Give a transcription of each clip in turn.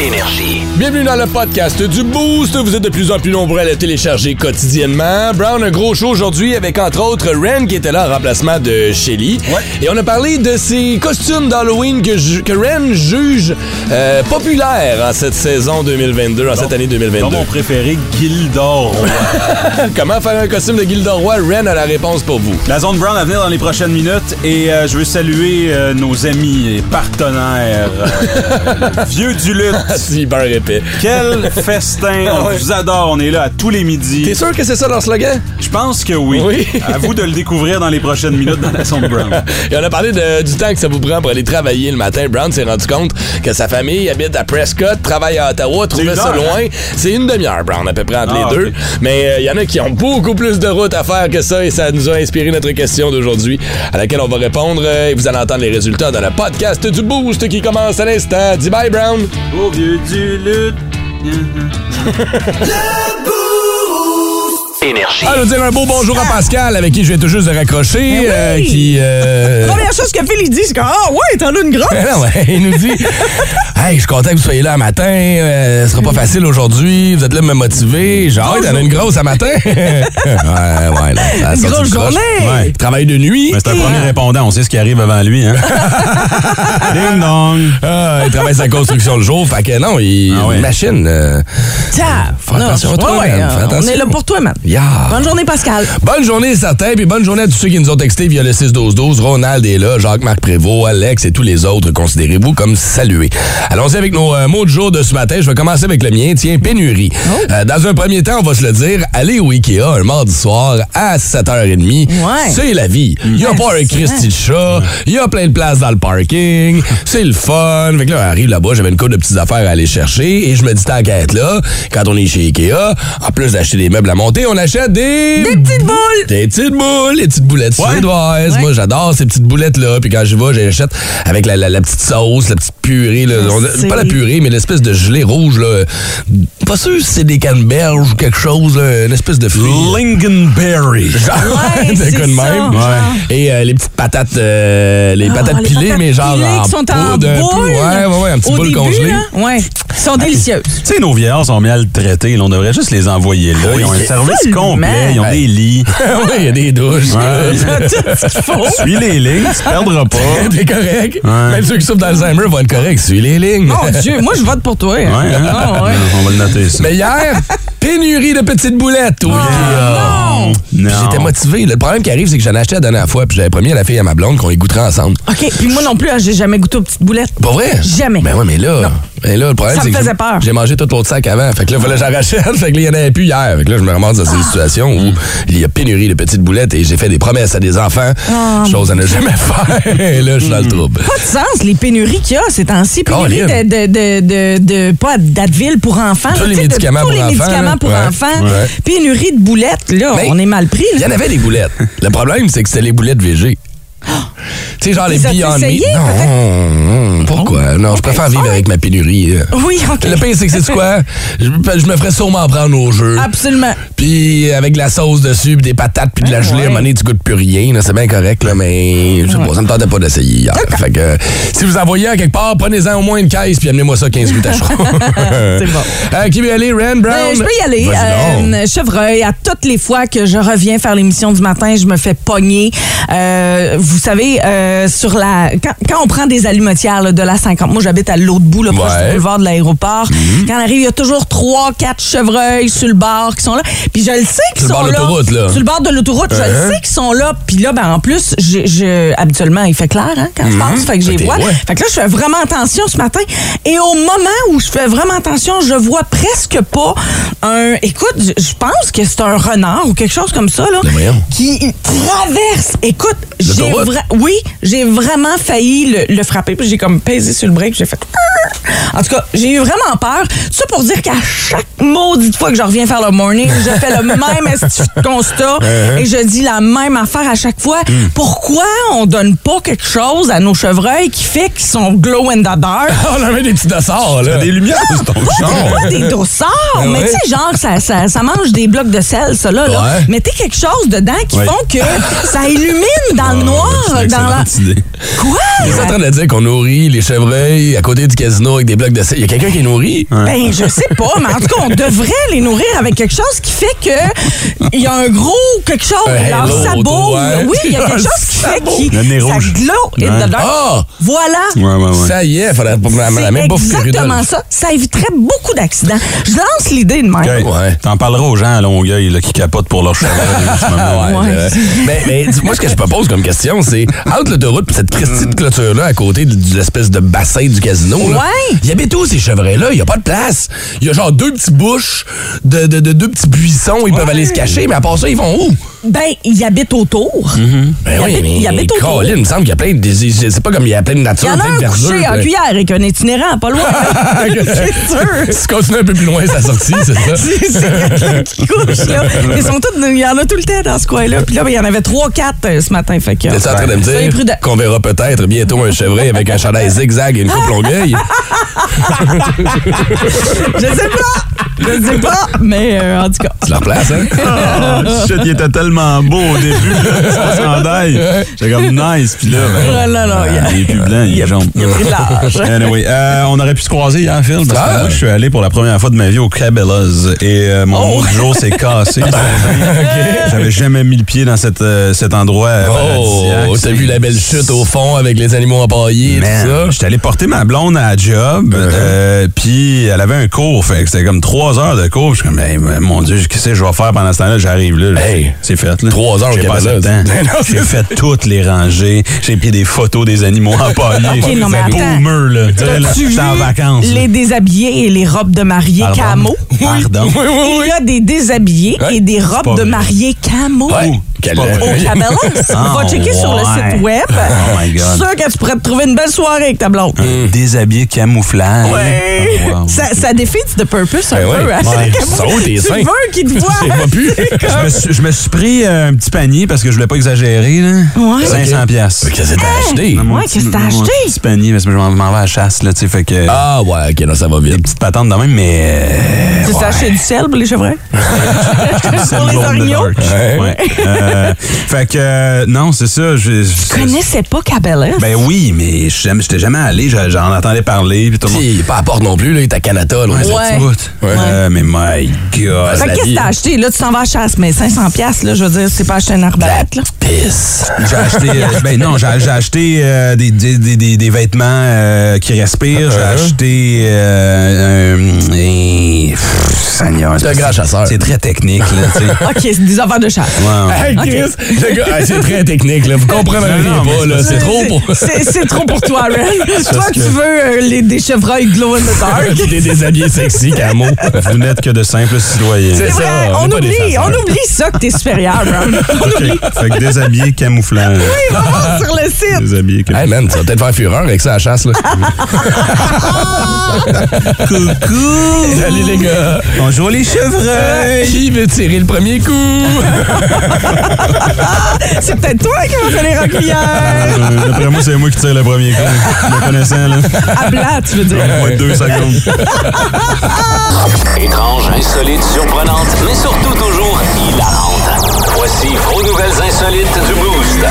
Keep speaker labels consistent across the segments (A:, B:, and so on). A: Énergie.
B: Bienvenue dans le podcast du Boost. Vous êtes de plus en plus nombreux à le télécharger quotidiennement. Brown, un gros show aujourd'hui avec entre autres Ren qui était là en remplacement de Shelly. Et on a parlé de ses costumes d'Halloween que, ju- que Ren juge euh, populaires en cette saison 2022, en cette année 2022.
C: Dans mon préféré, Gildor.
B: Comment faire un costume de Gilderoy? Ren a la réponse pour vous.
C: La zone Brown à venir dans les prochaines minutes et euh, je veux saluer euh, nos amis et partenaires. euh, le vieux du lutte.
B: C'est hyper épais. Ah
C: Quel festin! On vous adore, on est là à tous les midis.
B: T'es sûr que c'est ça leur slogan?
C: Je pense que oui.
B: Oui.
C: à vous de le découvrir dans les prochaines minutes dans la zone Brown.
B: Et on a parlé de- du temps que ça vous prend pour aller travailler le matin. Brown s'est rendu compte que sa famille habite à Prescott, travaille à Ottawa, trouvait
C: une
B: ça
C: heure,
B: loin. C'est une demi-heure, Brown, à peu près entre
C: hein? Ah,
B: les deux.
C: ok.
B: Mais euh, il y en a qui ont beaucoup plus de routes à faire que ça et ça nous a inspiré notre question d'aujourd'hui à laquelle on va répondre euh, et vous allez entendre les résultats dans le podcast du Boost qui commence à l'instant. Dis bye, Brown!
C: Au vieux du lutte.
A: Énergie.
B: Ah, je veux dire un beau bonjour à Pascal avec qui je viens tout juste de raccrocher. euh, qui, euh,
D: Ben Première chose que Phil il dit, c'est que Ah ouais, t'en as une grosse!
B: Ben non, ben, il nous dit Hey, je suis content que vous soyez là un matin. euh, ce sera pas facile aujourd'hui. Vous êtes là pour me motiver. Genre, hey, t'en as une grosse à matin. ouais, ouais, là, ça a
D: Une
B: sorti
D: grosse
B: de croche.
D: journée.
B: Ouais. Il travaille de nuit.
C: Ben, c'est un premier répondant, on sait ce qui arrive avant lui. Hein? Ding dong!
B: Ah, il travaille sa construction le jour. Fait que non, il
C: Ah ouais.
B: une machine. euh,
D: Tiens!
B: Fais attention à toi, man. Fais
D: on
B: attention. Ah.
D: est là pour toi, man.
B: Yeah.
D: Bonne journée, Pascal.
B: Bonne journée, certains, puis bonne journée à tous ceux qui nous ont texté via le 6-12-12. Ronald est là, Jacques-Marc Prévost, Alex et tous les autres. Considérez-vous comme salués. Allons-y avec nos euh, mots de jour de ce matin. Je vais commencer avec le mien. Tiens, pénurie. Euh, dans un premier temps, on va se le dire, aller au Ikea un mardi soir à 7h30,
D: Ouais.
B: c'est la vie. Il n'y a pas un
D: c'est
B: Christy de chat, il y a plein de places dans le parking, c'est le fun. Fait que là, on arrive là-bas, j'avais une couple de petites affaires à aller chercher et je me dis, tant qu'à être là, quand on est chez Ikea, en plus d'acheter des meubles à monter, on achète des...
D: Des petites boules!
B: Des petites boules, les petites boulettes suédoises.
D: Ouais.
B: Moi, j'adore ces petites boulettes-là. Puis quand j'y vais, j'achète avec la, la- la petite sauce, la petite purée. là. On-
D: c'est-
B: pas la purée, mais l'espèce de gelée rouge. Là. Pas sûr si c'est des canneberges ou quelque chose. là, Une espèce de fruit. là.
C: Lingonberry.
B: Genre,
D: Ouais,
B: de
D: c'est
B: quoi de
D: ça,
B: même.
D: genre.
B: Et euh, les petites patates, euh, les
D: Ah,
B: patates
C: Oh,
D: les
B: pilées,
D: patates
B: mais genre
D: pilées
B: en
D: qui sont en
B: poudre, un peu.
D: boule.
B: Ouais, ouais, ouais, un petit
D: Au
B: boule Ah,
D: début,
B: congelée.
D: là, Ouais. Ils sont délicieuses.
C: Tu sais, nos vieillards sont mal traités. là. On devrait juste les envoyer là. Ils ont un service
D: Absolument.
C: complet. Ils ont des lits.
B: oui, il y a des douches.
C: Ouais. Suis les lignes, tu perdras pas.
B: T'es correct.
C: Ouais.
B: Même ceux qui souffrent d'Alzheimer vont être corrects. Suis les lignes.
D: Mon Dieu, moi, je vote pour toi.
C: Ouais, hein?
D: Ah, ouais.
C: On va le noter, ça.
B: Mais hier, pénurie de petites boulettes. au
D: Ah,
B: IKEA.
C: non!
B: Puis J'étais motivé. Le problème qui arrive, c'est que j'en ai acheté la dernière fois, puis j'avais promis à la fille à ma blonde qu'on les goûterait ensemble.
D: OK, puis moi non plus, hein, j'ai jamais goûté aux petites boulettes.
B: Pas vrai?
D: Jamais.
B: Ben ouais, mais là, ben là le problème,
D: Ça
B: c'est
D: me
B: que
D: faisait
B: j'ai-
D: peur.
B: j'ai mangé tout l'autre sac avant. Fait que là, il fallait que j'en rachète. Fait que là, il y en avait plus hier. Fait que là, je me remonte dans
D: Ah.
B: une situation où il y a pénurie de petites boulettes et j'ai fait des promesses à des enfants.
D: Ah.
B: Chose à ne jamais faire. Et là, je suis
D: Hmm.
B: dans le trouble.
D: Pas de sens, les pénuries qu'il y a ces temps-ci. Pénurie
B: Colin.
D: de, de, de, de, de- pas d'Advil pour enfants.
B: Tous
D: là,
B: les
D: tu sais, de
B: médicaments
D: tous
B: pour
D: les
B: enfants, là.
D: médicaments pour
B: Ouais,
D: enfants.
B: ouais.
D: Pénurie de boulettes, là,
B: Mais
D: on est mal pris.
B: Il y
D: là.
B: en avait des boulettes. Le problème, c'est que c'était les boulettes VG. Tu sais, genre les
D: Les as-tu
B: Beyond
D: Ah. essayé, Oh.
B: Meat. Non, non, pourquoi? Non, je préfère vivre avec ma pénurie. là.
D: Oui, OK.
B: Le pire, c'est que c'est quoi? Je, je me ferais sûrement prendre au jeu.
D: Absolument.
B: Puis avec de la sauce dessus, puis des patates, puis de la
D: Ah,
B: gelée, à un
D: ouais.
B: moment donné, tu goûtes plus rien. là, C'est bien correct, là, mais je sais pas, ça me tentait pas d'essayer hier. Fait que euh, si vous envoyez à quelque part, prenez-en au moins une caisse, puis amenez-moi ça 15 minutes à chaud.
D: C'est bon.
B: Euh, qui veut y aller? Ren Brown?
D: Euh, je peux y aller.
B: Vas-y donc.
D: Euh, chevreuil, à toutes les fois que je reviens faire l'émission du matin, je me fais pogner. Euh, vous savez, euh, sur la quand, quand on prend des allumetières là, de la 50, moi j'habite à l'autre bout, là, proche
B: Ouais. Mhm.
D: du boulevard de l'aéroport. Quand on arrive, il y a toujours trois, quatre chevreuils sur le bord qui sont là. Puis je le sais qu'ils
B: Sur le bord de
D: sont là.
B: l'autoroute, là.
D: Sur le bord de l'autoroute, je
B: Uh-huh.
D: le sais qu'ils sont là. Puis là, ben en plus, je, je- habituellement, il fait clair hein,
B: Mhm.
D: quand je passe, fait que j'ai
B: Ok,
D: vois.
B: ouais.
D: Fait que là, je fais vraiment attention ce matin. Et au moment où je fais vraiment attention, je vois presque pas un. Écoute, je- je pense que c'est un renard ou quelque chose comme ça, là.
B: Mais Ben, voyons.
D: Qui traverse. Écoute, j'ai
B: L'autoroute?
D: vra- Oui, J'ai vraiment failli le, le frapper, puis j'ai comme pesé sur le break, puis j'ai fait. ah! En tout cas, j'ai eu vraiment peur. Ça pour dire qu'à chaque maudite fois que je reviens faire le morning, je fais le même esti de constat
B: Uh-huh.
D: et je dis la même affaire à chaque fois.
B: Hmm.
D: Pourquoi on donne pas quelque chose à nos chevreuils qui fait qu'ils sont glow in the dark?
B: On avait des petits dossards, là.
C: Des lumières, c'est ton genre.
D: Pas des dossards,
B: Ah
D: mais
B: ouais.
D: tu sais, genre, ça, ça, ça mange des blocs de sel, ça, là. là.
B: Ouais.
D: Mettez quelque chose dedans qui
C: Ouais.
D: font que ça illumine dans
B: Ah,
D: le noir.
C: C'est une
D: dans la...
C: excellente idée.
D: Quoi?
B: T'es en train de dire qu'on nourrit les chevreuils à côté du casino avec des blocs de sel. Il y a quelqu'un qui nourrit.
D: Ben, je sais pas, mais en tout cas, on devrait les nourrir avec quelque chose qui fait que il y a un gros quelque chose,
B: Un
D: leur
B: halo
D: sabot.
B: autour, ouais. Ah,
D: Oui, il y a quelque
B: Un
D: chose qui fait
B: sabot.
D: que
C: Le nez
D: ça
C: rouge.
D: glow in
C: Ouais.
D: the dark.
B: Ah!
D: Voilà.
C: Ouais, ouais, ouais.
B: Ça y est, faudrait pas la
D: C'est
B: la même pas foutre
D: exactement
B: Rudolph.
D: ça. Ça éviterait beaucoup d'accidents. Je lance l'idée de même.
C: Hey,
B: Ouais.
C: T'en parleras aux gens à Longueuil là, qui capotent pour leur chevreuil. en ce moment.
B: Ah ouais,
D: Ouais.
B: je- Mais, mais dis- moi, ce que je propose comme question, c'est entre l'autoroute et cette Christie de clôture-là à côté de, de l'espèce de bassin du casino. là,
D: Ouais.
B: Il y avait tous ces chevrets-là, il n'y a pas de place. Il y a genre deux petits bouches, de, de- de- deux petits buissons, ils peuvent aller se cacher, mais à part ça, ils vont où?
D: Ben, ils habitent autour.
B: Ben
D: Il
B: oui,
D: habite-
B: mais.
D: il habite autour.
B: Colin, il me semble qu'il y a plein de. des- C'est pas comme il y a plein de
D: Il
B: nature,
D: y en a
B: plein de
D: un couché
B: verdure, euh.
D: en
B: plein-
D: cuillère avec un itinérant, pas loin. c'est sûr.
B: Si tu continues un peu plus loin, ça sortie, c'est ça?
D: C'est c'est qui couche, là. Ils sont tous- il y en a tout le temps dans ce coin-là. Puis là, ben, il y en avait trois, quatre euh, ce matin. Fait que, euh,
B: T'es en train de me
D: Soyez prudents.
B: dire qu'on verra peut-être bientôt un chevreuil avec un chandail zigzag et une coupe longueuil?
D: Je sais pas. Je sais pas, mais euh, en tout cas.
B: Tu la replaces, hein?
C: Oh, shit, il était tellement beau au début, là, son chandail. J'étais comme nice, puis là, ben,
D: Oh là là, il y a-
C: il est plus blanc, il est jaune.
D: pris de l'âge.
C: Anyway, euh, on aurait pu se croiser hier, Phil, parce que
B: Ah.
C: moi, je suis allé pour la première fois de ma vie au Cabela's et euh, mon mot du jour s'est cassé. J'avais jamais mis le pied dans cette, euh, cet endroit. paradisiaque.
B: Oh, t'as vu la belle chute au fond avec les animaux empaillés et tout ça?
C: Man, J'étais allé porter ma blonde à la job, euh, puis elle avait un cours, fait que c'était comme trois heures de cours. puis Je suis comme, Hey, mon Dieu, qu'est-ce que je vais faire pendant ce temps-là? J'arrive là. là.
B: Hey,
C: c'est fait. Là.
B: trois heures au
C: J'ai passé le
B: Cabela's.
C: temps.
B: Ben non,
C: J'ai fait toutes les rangées. J'ai pris des photos des animaux empaillés.
D: Ok, non, mais
C: C'est
D: attends.
C: boomer, là. Tu sais, là,
D: T'as-tu
C: J'étais en
D: vu
C: vacances. là.
D: Les déshabillés et les robes de mariée
C: Pardon.
D: camo.
C: Pardon.
D: Il y a des déshabillés
B: Ouais.
D: et des robes
C: pas
D: de
C: vrai.
D: mariée camo.
B: Ouais.
C: C'est
B: Quel-
C: pas vrai.
D: Au Cabela's. Va
C: Oh,
D: checker sur le
C: ouais.
D: site web.
C: Oh my God.
D: Je suis sûr que tu pourrais te trouver une belle soirée avec ta blonde. Mm.
C: Un Déshabillé camouflage.
D: Ouais.
C: Oh, wow. Eh
D: Ça, ça défait the purpose un
B: Ben
D: peu.
B: ouais.
D: hein?
B: Ouais.
D: C'est comme-
B: Saute tes
D: tu
B: seins.
D: veux qu'il te
B: J'ai
D: voit.
B: pas pu.
C: Je me, suis, je me suis pris euh, un petit panier parce que je voulais pas exagérer. Là.
D: Ouais.
C: 500 pièces.
B: Qu'est-ce que t'as acheté?
C: Mon
D: Ouais,
C: petit-
D: qu'est-ce que t'as
C: mon
D: acheté?
C: petit panier, parce que je m'en m'en vais à la chasse, là, tu sais, fait que...
B: Ah ouais, ok, là, ça va
C: Des
B: vite.
C: petites patentes de même, mais... euh,
D: Tu sais acheter du sel pour les chevreuils? pour les orignaux?
C: Ouais. Ouais. Euh, fait que, euh, non, c'est ça, je...
D: Je connaissais pas Cabela's.
C: Ben oui, mais je jamais- j'étais jamais allé, j'a- j'en entendais parler, puis tout le monde...
B: Si, pas à porte non plus, là, il est à Canada, là.
D: Ouais.
C: Petit bout. Euh, mais my God!
D: fait
C: la
D: que qu'est-ce
C: vie.
D: que t'as acheté? Là, tu t'en vas à chasse, mais 500 piastres, là, je veux dire, c'est pas acheter une arbalète, là.
B: Pisse.
C: J'ai acheté, euh, ben non, j'ai j'ai acheté euh, des, des, des- des- des vêtements euh, qui respirent. J'ai
B: Uh-huh.
C: acheté euh, un- et- pff, Seigneur,
B: C'est un grand chasseur.
C: C'est très technique, là, tu sais.
D: OK, c'est des affaires de chasse.
C: Ouais, ouais.
B: Hey, Chris, le gars, hey, c'est très technique, là. Vous comprenez
C: Non, non,
B: pas,
C: mais
B: là. C'est trop pour.
D: C'est c'est trop pour toi, Ren. Toi, tu veux euh, les, des chevreuils glow in the dark.
B: Des déshabillés sexy, camo.
C: Vous n'êtes que de simples citoyens.
B: C'est ça,
D: C'est vrai,
B: on
D: on,
B: est pas des
D: oublie,
B: chasseurs.
D: on oublie ça que t'es supérieur, hein. Ren.
C: OK. Fait que déshabillé, camouflant.
D: Va sur le site.
C: Déshabillé, camouflant.
B: Hey man, tu vas peut-être faire fureur avec ça à la chasse, là. Coucou! Salut les gars!
C: Bonjour les chevreuils!
B: Qui veut tirer le premier coup?
D: C'est peut-être toi qui vas faire les recueillères.
C: Euh, D'après moi, c'est moi qui tire le premier coup. Me connaissant, là.
D: À plat, tu veux dire.
C: Moins de deux secondes.
A: Étrange, insolite, surprenante, mais surtout toujours hilarante. Voici vos nouvelles insolites du Boost.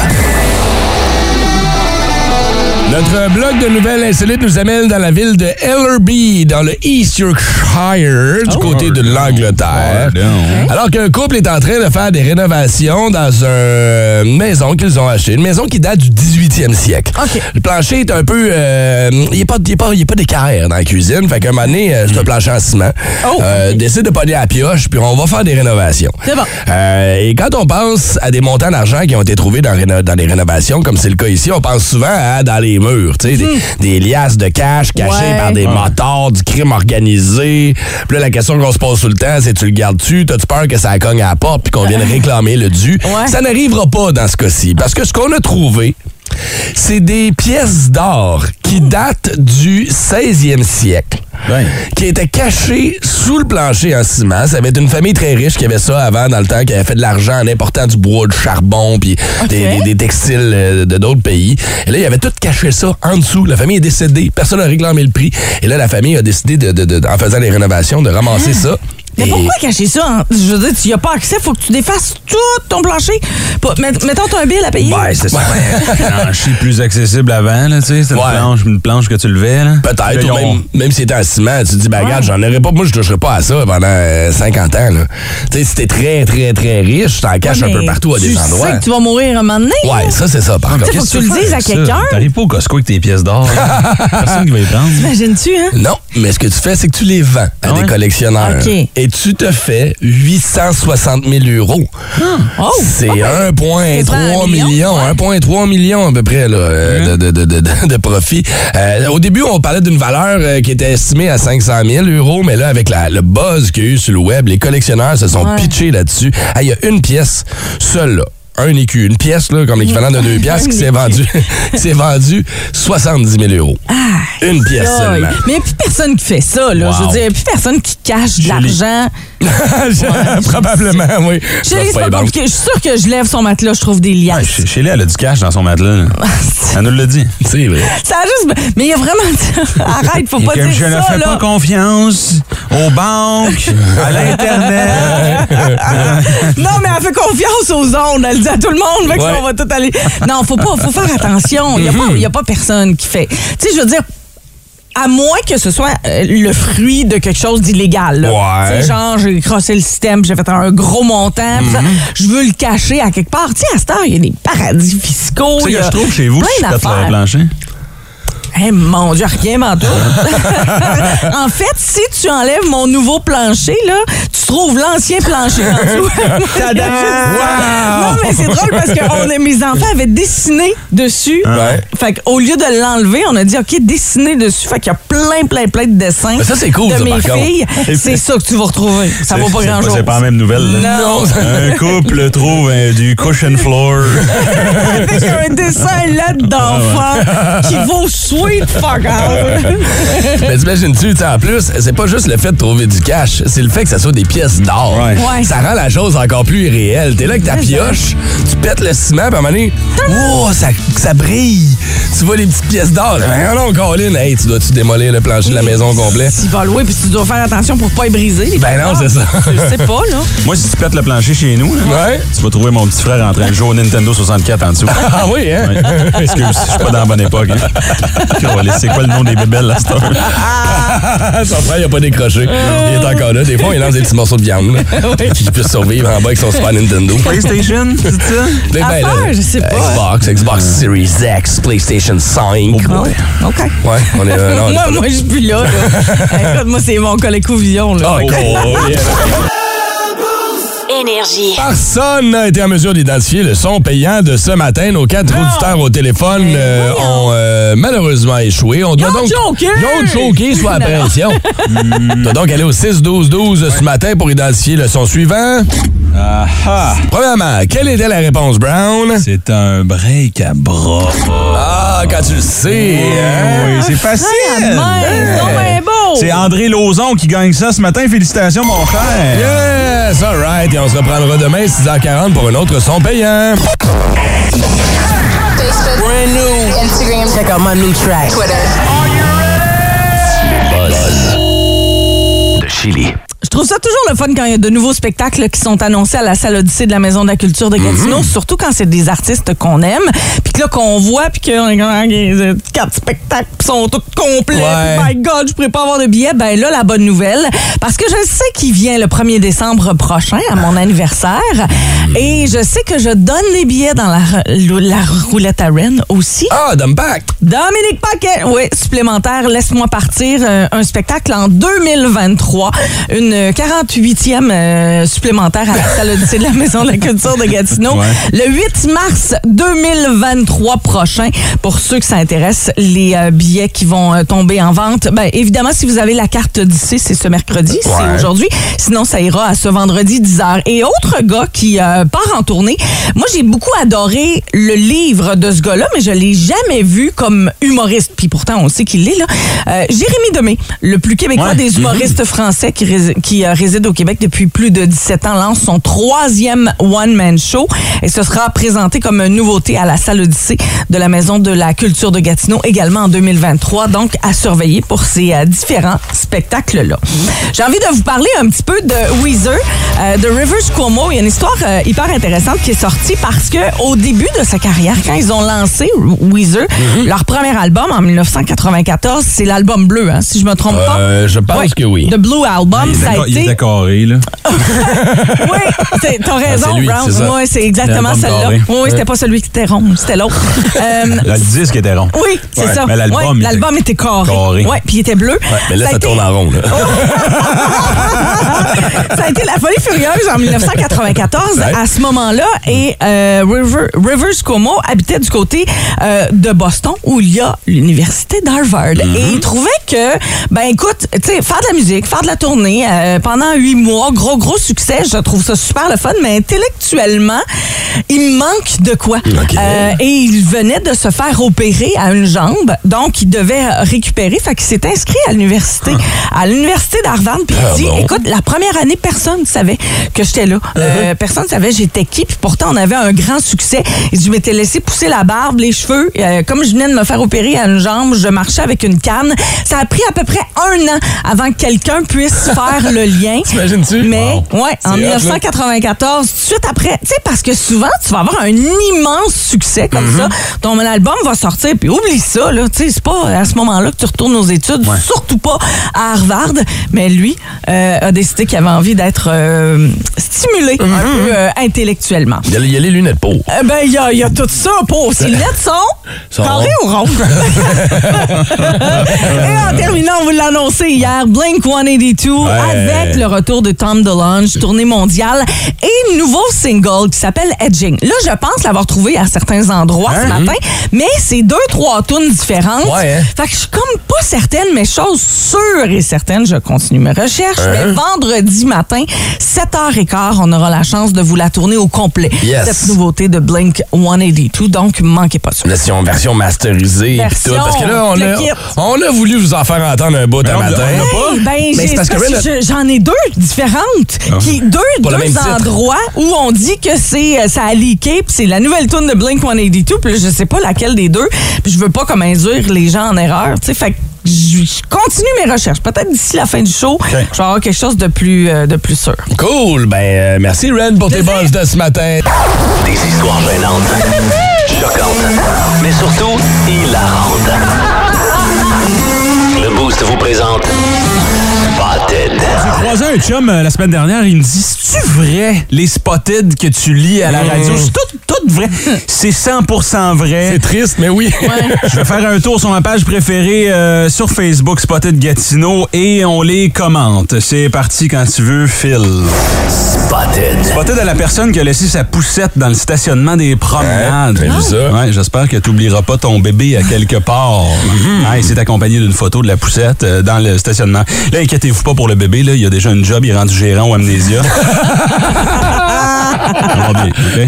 B: Notre bloc de nouvelles insolites nous amène dans la ville de Ellerby, dans le East Yorkshire, du côté de l'Angleterre.
C: Pardon.
B: Alors qu'un couple est en train de faire des rénovations dans un- une maison qu'ils ont achetée, une maison qui date du 18e siècle.
D: OK.
B: Le plancher est un peu... euh, Il n'y a pas, il y a pas, il y a pas d'équerre dans la cuisine, fait qu'à un moment donné, euh, c'est un plancher en ciment.
D: Hmm. Oh.
B: Euh, décide de pogner à la pioche, puis on va faire des rénovations.
D: C'est bon.
B: Euh, et quand on pense à des montants d'argent qui ont été trouvés dans, réno- dans les rénovations, comme c'est le cas ici, on pense souvent à dans les murs, tu sais, des- des, liasses de cash cachées
D: Hmm. Ouais.
B: par des motards, du crime organisé. Puis là, la question qu'on se pose tout le temps, c'est tu le gardes-tu? T'as-tu peur que ça cogne à la porte puis qu'on vienne réclamer le dû?
D: Ouais.
B: Ça n'arrivera pas dans ce cas-ci. Parce que ce qu'on a trouvé, c'est des pièces d'or qui datent du 16e siècle.
C: Ouais.
B: Qui étaient cachées sous le plancher en ciment. Ça avait été une famille très riche qui avait ça avant, dans le temps, qui avait fait de l'argent en important du bois, du charbon, puis des, des- des textiles euh, de d'autres pays. Et là, ils avaient tout caché ça en dessous. La famille est décédée. Personne n'a réclamé le prix. Et là, la famille a décidé, de, de- de- en faisant les rénovations, de ramasser Ah, ça.
D: Ah. Mais
B: Et-
D: pourquoi cacher ça? hein? Je veux dire, tu n'y as pas accès, faut que tu défasses tout ton plancher. Pas- met- Mettons, t'as un bill à payer.
C: Ouais, c'est ça. plancher plus accessible avant, là, tu sais. C'était
B: Ouais.
C: une, planche, une planche que tu levais, là.
B: Peut-être,
C: Là,
B: ou
C: ils ont-
B: même, même si c'était en ciment, tu te dis, ben regarde, j'en aurais pas, moi je toucherais pas à ça pendant euh, 50 ans. Là. Tu sais, si t'es très, très, très riche, t'en caches un peu
D: Mais
B: partout à des
D: Tu sais
B: endroits.
D: que tu vas mourir un moment donné.
B: Ouais, ça c'est ça, par contre.
D: faut que
C: Qu'est-ce
D: tu le
C: fais
D: dises à
C: avec ça?
D: quelqu'un.
C: T'arrives pas au Costco avec tes pièces d'or. là. Personne qui va y prendre.
D: Imagines-tu, hein?
B: Non, mais ce que tu fais, c'est que tu les vends à
C: Ah
B: des
C: ouais?
B: collectionneurs.
D: Ok.
B: Et tu te fais 860 000 euros.
D: Oh!
B: c'est
D: C'est pas un
B: 1,3
D: million,
B: million, 1,3 million à peu près là,
D: Mm-hmm.
B: euh, de, de, de, de, de profit. Euh, au début, on parlait d'une valeur euh, qui était estimée à 500 000 euros, mais là, avec la, le buzz qu'il y a eu sur le web, les collectionneurs se sont
D: Ouais.
B: pitchés là-dessus. Ah, Il y a une pièce seule, là, un écu, une pièce là, comme l'équivalent de deux pièces
D: E
B: qui s'est vendue qui s'est vendue 70 000 euros.
D: Ah.
B: une pièce
D: Aïe.
B: seulement.
D: Mais il n'y a plus personne qui fait ça, là.
C: Wow.
D: Je veux dire, il n'y a plus personne qui cache de l'argent.
B: Probablement, oui.
D: Je sais,
B: Ça se fait
D: c'est pas
B: banque.
D: compliqué. Je suis sûre que je lève son matelas, je trouve des liasses.
C: Ouais, Ch- Shelley, elle a du cash dans son matelas. là. Elle nous l'a dit.
B: C'est vrai.
D: Ça a juste. Mais il y a vraiment. Arrête, faut pas
C: Et
D: dire
C: comme je ne
D: ça,
C: fais
D: là.
C: pas confiance aux banques, à l'Internet.
D: Ah, Non, mais elle fait confiance aux ondes. Elle dit à tout le monde, mec,
B: Ouais.
D: on va tout aller. Non, faut pas, faut faire attention. Il
C: Mhm.
D: n'y a, pas personne qui fait. Tu sais, je veux dire. À moins que ce soit euh, le fruit de quelque chose d'illégal. là.
B: Ouais.
D: Tu sais, genre, j'ai crossé le système, j'ai fait un gros montant, pis ça,
C: Mhm.
D: je veux le cacher à quelque part. Tu sais, à cette heure, il y a des paradis fiscaux.
C: Tu sais
D: Oh, il y
C: que
D: a
C: je trouve chez vous,
D: plein
C: je suis pète le
D: d'affaires.
C: plancher.
D: Eh mon Dieu, rien m'entoure. en fait, si tu enlèves mon nouveau plancher, là, tu trouves l'ancien plancher en dessous. Non, mais c'est drôle parce que on a- mes enfants avaient dessiné dessus.
B: Ouais.
D: Fait qu'au lieu de l'enlever, on a dit, OK, dessiner dessus. Fait qu'il y a plein, plein, plein de dessins
B: Mais ça, c'est cool,
D: de
B: ça,
D: mes
B: par contre.
D: filles. C'est ça que tu vas retrouver. Ça vaut pas
C: C'est-
D: grand-chose.
C: C'est pas la même nouvelle. là.
D: Non.
C: Un couple trouve euh, du cushion floor.
D: Fait qu'il y a un dessin là
C: Ah
D: d'enfant qui vaut sweet fuck out.
B: Mais t'imagines-tu, tu sais, en plus, c'est pas juste le fait de trouver du cash, c'est le fait que ça soit des pièces d'or.
C: Ouais.
D: Ouais.
B: Ça rend la chose encore plus irréelle. T'es là avec ta
D: Mais ça.
B: pioche, tu pètes le ciment, puis à un moment donné, wow, ça, ça brille. Tu vois les petites pièces d'or. Ben non, Colin, hey, tu dois-tu démolir le plancher de la maison au complet?
D: Tu vas louer puis tu dois faire attention pour pas y briser. les
B: Ben non, c'est ça.
D: Je sais pas, là.
C: Moi, si tu pètes le plancher chez nous, là,
B: Ouais?
C: tu vas trouver mon petit frère en train de jouer au Nintendo 64 en dessous.
B: Ah oui, hein?
C: Ouais. Excuse, je suis pas dans la bonne époque. hein. Calais, C'est quoi le nom des bébelles, là, cette heure?
B: Son frère, il a pas décroché. Il est encore là. Des fois, il lance des petits morceaux de viande, là, pour qu'il puisse survivre en bas avec son Super Nintendo.
C: PlayStation, c'est ça?
B: Ben, ben, là,
D: Affaire, je sais pas.
B: Xbox, Xbox Series X, PlayStation 5. ouais.
D: Oh, OK.
B: on est. euh, non, on est pas là.
D: moi, moi, je suis plus là. là. Écoute, moi, c'est mon collègue Vision. Là.
B: Ah, ok.
E: Énergie.
B: Personne n'a été en mesure d'identifier le son payant de ce matin. Nos quatre auditeurs au téléphone
D: Eh,
B: euh, ont euh, malheureusement échoué. On doit
D: Ils ont
B: donc
D: choqué!
B: Ils ont choqué sous appréhension. On doit donc aller au 6-12-12 ce matin pour identifier le son suivant.
C: Ah,
B: Premièrement, quelle était la réponse, Brown?
C: c'est un break à bras. Oh,
B: Ah, quand tu le sais. hein?
C: Oui, c'est
D: Ah,
C: facile.
D: mince, non, mais beau.
C: C'est André Lauzon qui gagne ça ce matin. Félicitations, mon frère.
B: Euh, Yes, all right. Et on se reprendra demain, 6h40, pour un autre son payant.
E: Instagram. Check out my new track. Twitter.
A: De Chili.
D: Je trouve ça toujours le fun quand il y a de nouveaux spectacles qui sont annoncés à la salle Odyssée de la Maison de la Culture de Gatineau, surtout quand c'est des artistes qu'on aime, puis que là, qu'on voit, puis qu'on est comme, Ah, les quatre spectacles qui sont tous complets,
B: Ouais.
D: puis, my God, je pourrais pas avoir de billets. Ben là, la bonne nouvelle, parce que je sais qu'il vient le 1er décembre prochain, à mon anniversaire, et je sais que je donne les billets dans la, la roulette à Rennes aussi.
B: Ah, Dumb Pack.
D: Dominique Paquet, oui, supplémentaire, laisse-moi partir, euh, un spectacle en 2023, une une 48e euh, supplémentaire à la salle Odyssée de la Maison de la Culture de Gatineau
C: Ouais.
D: le 8 mars 2023 prochain. Pour ceux que ça intéresse, les euh, billets qui vont euh, tomber en vente, ben, évidemment, si vous avez la carte Odyssée, c'est ce mercredi, c'est aujourd'hui. Sinon, ça ira à ce vendredi 10h. Et autre gars qui euh, part en tournée, moi, j'ai beaucoup adoré le livre de ce gars-là, mais je l'ai jamais vu comme humoriste. Puis pourtant, on sait qu'il l'est, là. Euh, Jérémy Demé, le plus québécois
C: Ouais.
D: des humoristes français qui, rés- qui euh, réside au Québec depuis plus de 17 ans, lance son troisième one-man show et ce sera présenté comme une nouveauté à la salle Odyssée de la Maison de la Culture de Gatineau également en 2023. Donc, à surveiller pour ces euh, différents spectacles-là. J'ai envie de vous parler un petit peu de Weezer, euh, de Rivers Cuomo. Il y a une histoire euh, hyper intéressante qui est sortie parce que au début de sa carrière, quand ils ont lancé Weezer, leur premier album en 1994, c'est l'album bleu, hein, si je me trompe pas.
B: Euh, je pense
D: Ouais.
B: que oui.
D: The Blue Album,
C: Il est
D: ça a
C: déco- il est
D: été.
C: décoré, là.
D: Oui, c'est- t'as raison,
B: c'est lui,
D: Brown.
C: c'est ça.
D: Oui, c'est exactement
C: L'album
D: celle-là.
C: carré.
D: Oui, c'était pas celui qui était rond, c'était l'autre. Euh,
C: Le disque était rond.
D: oui, c'est
C: Ouais,
D: ça.
C: mais l'album,
D: Ouais,
C: il était-
D: l'album était carré.
C: Carré.
D: Oui, puis il était bleu.
B: Mais là, ça,
D: a été-
B: tourne en rond. là.
D: ça a été la folie furieuse en 1994 à ce moment-là et euh, River- Rivers Cuomo habitait du côté euh, de Boston où il y a l'université d'Harvard et il trouvait que ben écoute tu sais faire de la musique faire de la tournée euh, pendant huit mois gros gros succès je trouve ça super le fun mais intellectuellement il manque de quoi
B: Ok.
D: Euh, et il venait de se faire opérer à une jambe, donc il devait récupérer. Fait qu'il s'est inscrit à l'université, à l'université d'Harvard. Puis il dit,
B: Pardon?
D: écoute, la première année, personne ne savait que j'étais là.
B: Ah
D: Euh, personne ne savait j'étais qui. Puis pourtant, on avait un grand succès. Il dit, je m'étais laissé pousser la barbe, les cheveux. Euh, comme je venais de me faire opérer à une jambe, je marchais avec une canne. Ça a pris à peu près un an avant que quelqu'un puisse faire le lien.
B: T'imagines-tu?
D: Mais,
B: Wow.
D: ouais,
B: C'est hot, là.
D: en 1994, tout de suite après, tu sais, parce que souvent, tu vas avoir un immense succès comme
B: Mhm.
D: ça. Ton album va sortir, puis oublie ça, là. Tu sais, c'est pas à ce moment-là que tu retournes aux études, surtout pas à Harvard. Mais lui euh, a décidé qu'il avait envie d'être euh, stimulé un peu euh, intellectuellement.
B: Mhm. Il y a- il y a les lunettes pour.
D: Eh ben, il y a, il y a tout ça pour. Ses lunettes sont
B: Sont
D: carrées ou rondes. Et en terminant, on vous l'a annoncé hier, Blink-182 avec le retour de Tom DeLonge, tournée mondiale et nouveau single qui s'appelle Edging. Là, je pense l'avoir trouvé à certains endroits ce matin, mais c'est deux, trois tunes différentes.
B: Hein? Ouais, hein?
D: Fait que je suis comme pas certaine, mais chose sûre et certaine, je continue mes recherches.
B: Hein?
D: Mais vendredi matin, 7h15, on aura la chance de vous la tourner au complet.
B: Yes.
D: Cette nouveauté de Blink 182, donc manquez pas ça.
B: Version, version masterisée. pis
D: Version,
B: tout, parce que là, on
D: le
B: a,
D: kit.
B: on a voulu vous en faire entendre un bout un
C: on-
B: matin.
C: on
D: Hey, ben,
B: Mais
D: j'ai-
B: c'est parce que Red-
D: je- j'en ai deux différentes, qui deux,
B: Ah. Pas le même
D: deux
B: titre.
D: endroits où on dit que c'est euh, ça a leaké, puis c'est la nouvelle tune de Blink 182, puis là, je sais pas laquelle des deux, puis je veux pas comme induire les gens en erreur, tu sais, fait que je je continue mes recherches. Peut-être d'ici la fin du show, je vais avoir quelque chose de plus, euh, de plus sûr.
B: Cool. Ben, euh, merci, Ren, pour tes buzz de ce matin.
A: Des histoires gênantes, choquantes, mais surtout hilarantes. Le Boost vous présente Spotted.
C: J'ai croisé un chum euh, la semaine dernière, il me dit C'est-tu vrai les spotted que tu lis
B: Mm.
C: à la radio C'est tout, tout vrai. C'est 100% vrai.
B: C'est triste, mais oui.
C: Je vais faire un tour sur ma page préférée euh, sur Facebook, Spotted Gatineau, et on les commente. C'est parti quand tu veux, Phil.
A: Spotted.
C: Spotted à la personne qui a laissé sa poussette dans le stationnement des promenades.
B: J'ai vu ça.
C: Ouais, j'espère que tu n'oublieras pas ton bébé à quelque part. Ah, il s'est accompagné d'une photo de la poussette euh, dans le stationnement. Là, inquiétez-vous pas pour le bébé, là, il a déjà une job, il est rendu gérant au Amnésia. Ah, Ça va bien, ok?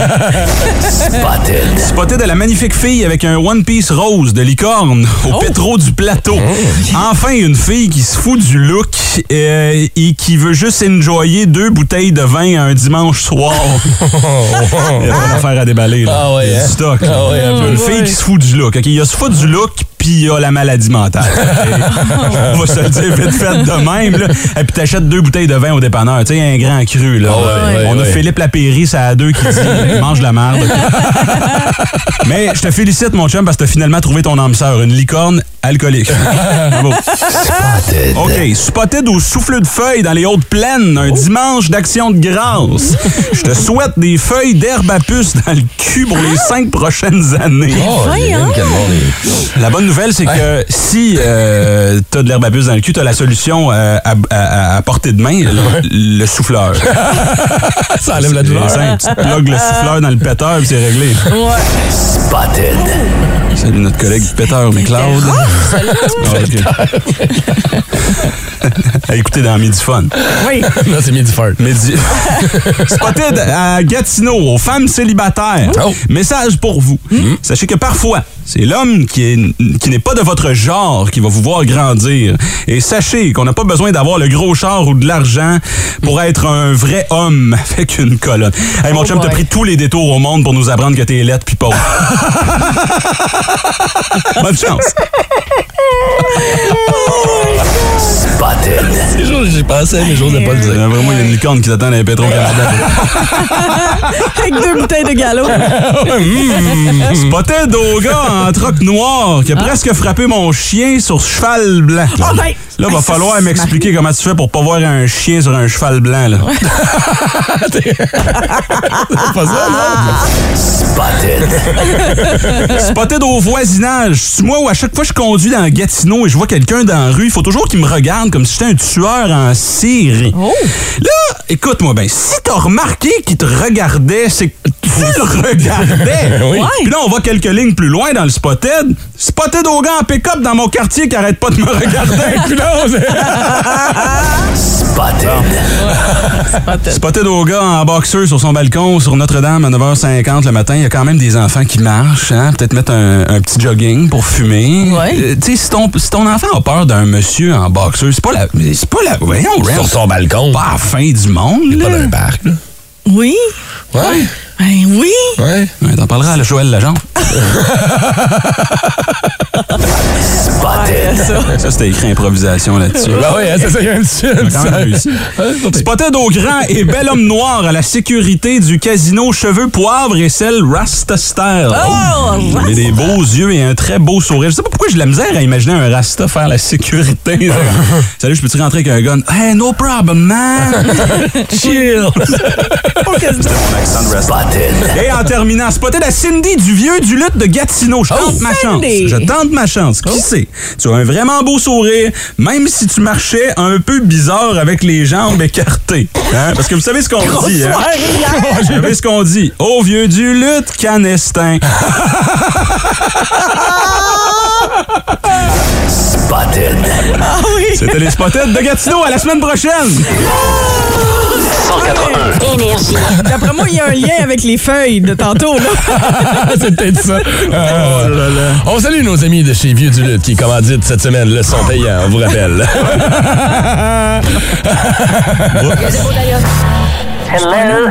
A: Spotted.
C: Spotted à la magnifique fille avec un One Piece rose de licorne
B: Oh.
C: au pétro du plateau.
B: Hein?
C: Enfin, une fille qui se fout du look euh, et qui veut juste enjoyer deux bouteilles de vin un dimanche soir. Il y a vraiment affaire à déballer. Là.
B: Ah ouais,
C: Il y a
B: hein?
C: du stock. là.
B: Ah ouais, un peu.
C: une fille qui se fout du look. OK, Il y a se fout du look puis il y a la maladie mentale. OK? On va se le dire vite fait de même. Là. Et puis t'achètes deux bouteilles de vin au dépanneur. Tu sais, un grand cru. Là.
B: Ah ouais, ouais,
C: On a
B: ouais.
C: Philippe Lapéry, ça a deux qui dit « Mange la merde. OK? Mais je te félicite, mon chum, parce que t'as finalement trouvé ton âme sœur. Une licorne alcoolique. Bravo.
A: Spotted.
C: OK, spotted au souffle de feuilles dans les hautes plaines, un dimanche d'action de grâce. Je te souhaite des feuilles d'herbe à puce dans le cul pour les cinq prochaines années.
B: Ah! Oh,
D: Voyons.
B: Lynn, quel monde est-
C: La bonne nouvelle, c'est que si euh, t'as de l'herbe à puce dans le cul, t'as la solution euh, à, à- à portée de main, le, le souffleur.
B: Ça enlève la douleur.
C: C'est simple, tu plugues le souffleur dans le péteur, puis c'est réglé.
A: Spotted.
C: Salut notre collègue du péteur, McLeod. Ouais, ok. à écouter dans Midi Fun.
D: Oui.
B: Là, c'est midi fart.
C: Midi... Spotted à Gatineau, aux femmes célibataires.
B: Oh.
C: Message pour vous.
D: Hmm?
C: Sachez que parfois, c'est l'homme qui est- qui n'est pas de votre genre qui va vous voir grandir. Et sachez qu'on n'a pas besoin d'avoir le gros char ou de l'argent pour être un vrai homme avec une colonne. Hey, mon
D: Oh
C: chum, t'as
D: boy.
C: pris tous les détours au monde pour nous apprendre que t'es lettre puis pauvre. Bonne chance.
A: Spotted.
B: Les jours, j'y pensais, les jours de pas le
C: Il y
B: dire.
C: en a vraiment il y a une licorne qui t'attend à la Petro-Canada.
D: Avec deux bouteilles de galop.
C: Spotted hmm. au gars en troc noir qui a presque frappé mon chien sur ce cheval blanc.
D: Ah ben!
C: Là, va
D: Ben, ça,
C: falloir
D: c'est
C: m'expliquer comment tu fais pour pas voir un chien sur un cheval blanc. Là.
B: Pas ça, non?
A: Spotted.
C: Spotted au voisinage. C'est moi où à chaque fois que je conduis dans Gatineau et je vois quelqu'un dans la rue, il faut toujours qu'il me regarde comme si j'étais un tueur en série. Là, écoute-moi bien, si t'as remarqué qu'il te regardait, c'est que tu le regardais.
B: Oui. Ouais.
C: Puis là, on va quelques lignes plus loin dans le Spotted. Spotted au gars en pick-up dans mon quartier qui arrête pas de me regarder.
B: Non, c'est-
C: Ah,
A: Spotted.
C: Spotted au gars en boxeur sur son balcon sur Notre-Dame à 9h50 le matin. Il y a quand même des enfants qui marchent. Hein? Peut-être mettre un, un petit jogging pour fumer.
D: Ouais.
C: Euh, tu sais, si ton, si ton enfant a peur d'un monsieur en boxeur, c'est pas la... mais C'est pas la... Voyons, Ren,
B: Sur son balcon.
C: c'est pas la fin du monde.
B: Pas
C: là.
B: dans un parc, là.
D: Oui.
B: Ouais.
D: Ben oui.
B: Ouais.
C: Ouais, T'en parleras à la Joël Legendre.
A: Spotted.
C: Ça, c'était écrit improvisation là-dessus.
B: Bah ouais, hein, c'est ça, il y a un petit. un petit-
C: quand même réussi.
B: Ouais, c'est pas pire.
C: Spotted au grand et bel homme noir à la sécurité du casino Cheveux Poivre et sel Rastaster.
D: Oh,
C: Il a des beaux yeux et un très beau sourire. Je sais pas pourquoi j'ai de la misère à imaginer un Rasta faire la sécurité. Salut, je peux-tu rentrer avec un gun? Hey, no problem, man! Chill!
A: Spotted.
C: Et en terminant, spotted à Cindy du vieux du lutte de Gatineau. Je tente ma chance.
D: Cindy.
C: Je tente ma chance. Qui sait? Tu as un vraiment beau sourire, même si tu marchais un peu bizarre avec les jambes écartées. Hein? Parce que vous savez ce qu'on dit. Hein? Vous savez ce qu'on dit. Au vieux du lutte, canestin.
A: Spotted.
D: Ah
C: C'était les spotted de Gatineau. À la semaine prochaine!
A: 181.
F: Énergie.
D: D'après moi, il y a un lien avec les feuilles de tantôt, là.
B: Ah, c'est peut-être ça. Ah. On salue nos amis de chez Vieux du Lutte qui commanditent cette semaine le son payant, on vous rappelle.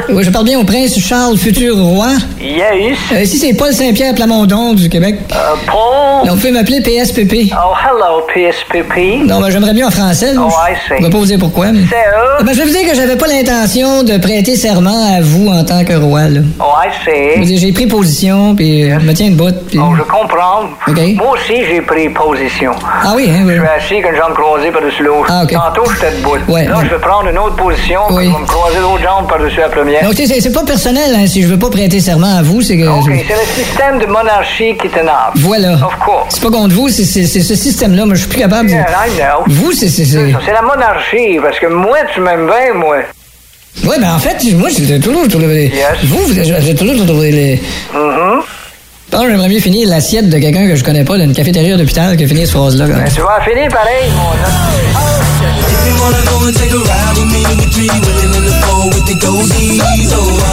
G: Oui, je parle bien au prince Charles, futur roi.
H: Yes,
G: Euh, ici, c'est Paul Saint-Pierre Plamondon du Québec.
H: uh, Paul.
G: Donc, vous pouvez m'appeler PSPP.
H: Oh, hello, PSPP.
G: Non, ben, j'aimerais bien en français. là.
H: Oh,
G: Je-
H: I see.
G: Je vais pas vous dire pourquoi. mais-
H: Sir.
G: Ben, je vais vous dire que j'avais pas l'intention de prêter serment à vous en tant que roi. Là.
H: Oh, I
G: Je veux
H: see.
G: dire, J'ai pris position, puis euh, je me tiens une botte. puis-
H: Oh, je comprends.
G: Ok.
H: Moi aussi, j'ai pris position.
G: Ah oui, hein, oui.
H: Je suis assis avec une jambe croisée par-dessus l'autre.
G: Ah, ok.
H: Tantôt, j'étais debout.
G: Ouais,
H: Là,
G: ouais.
H: je vais prendre une autre position, puis
G: Oui.
H: je vais me croiser l'autre jambe par-dessus la première.
G: Donc, tu sais, c'est- c'est pas personnel. hein, si je veux pas prêter serment à vous, c'est que...
H: OK,
G: je-
H: c'est le système de monarchie qui t'énerve.
G: Voilà.
H: Of course.
G: C'est pas contre vous, c'est c'est- c'est ce système-là. Moi, je suis plus capable de...
H: Yeah, I know.
G: Vous, c'est... c'est- c'est-
H: C'est la monarchie, parce que moi, tu m'aimes bien, moi.
G: Oui, ben en fait, moi, j'ai toujours trouvé.
H: Yes. Mm-hmm.
G: Vous, vous- j'ai j'ai toujours trouvé les. Bon, j'aimerais mieux finir l'assiette de quelqu'un que je connais pas d'une cafétéria d'hôpital que finir cette phrase-là. quand même.
H: Ben, Tu vas finir pareil, mon homme.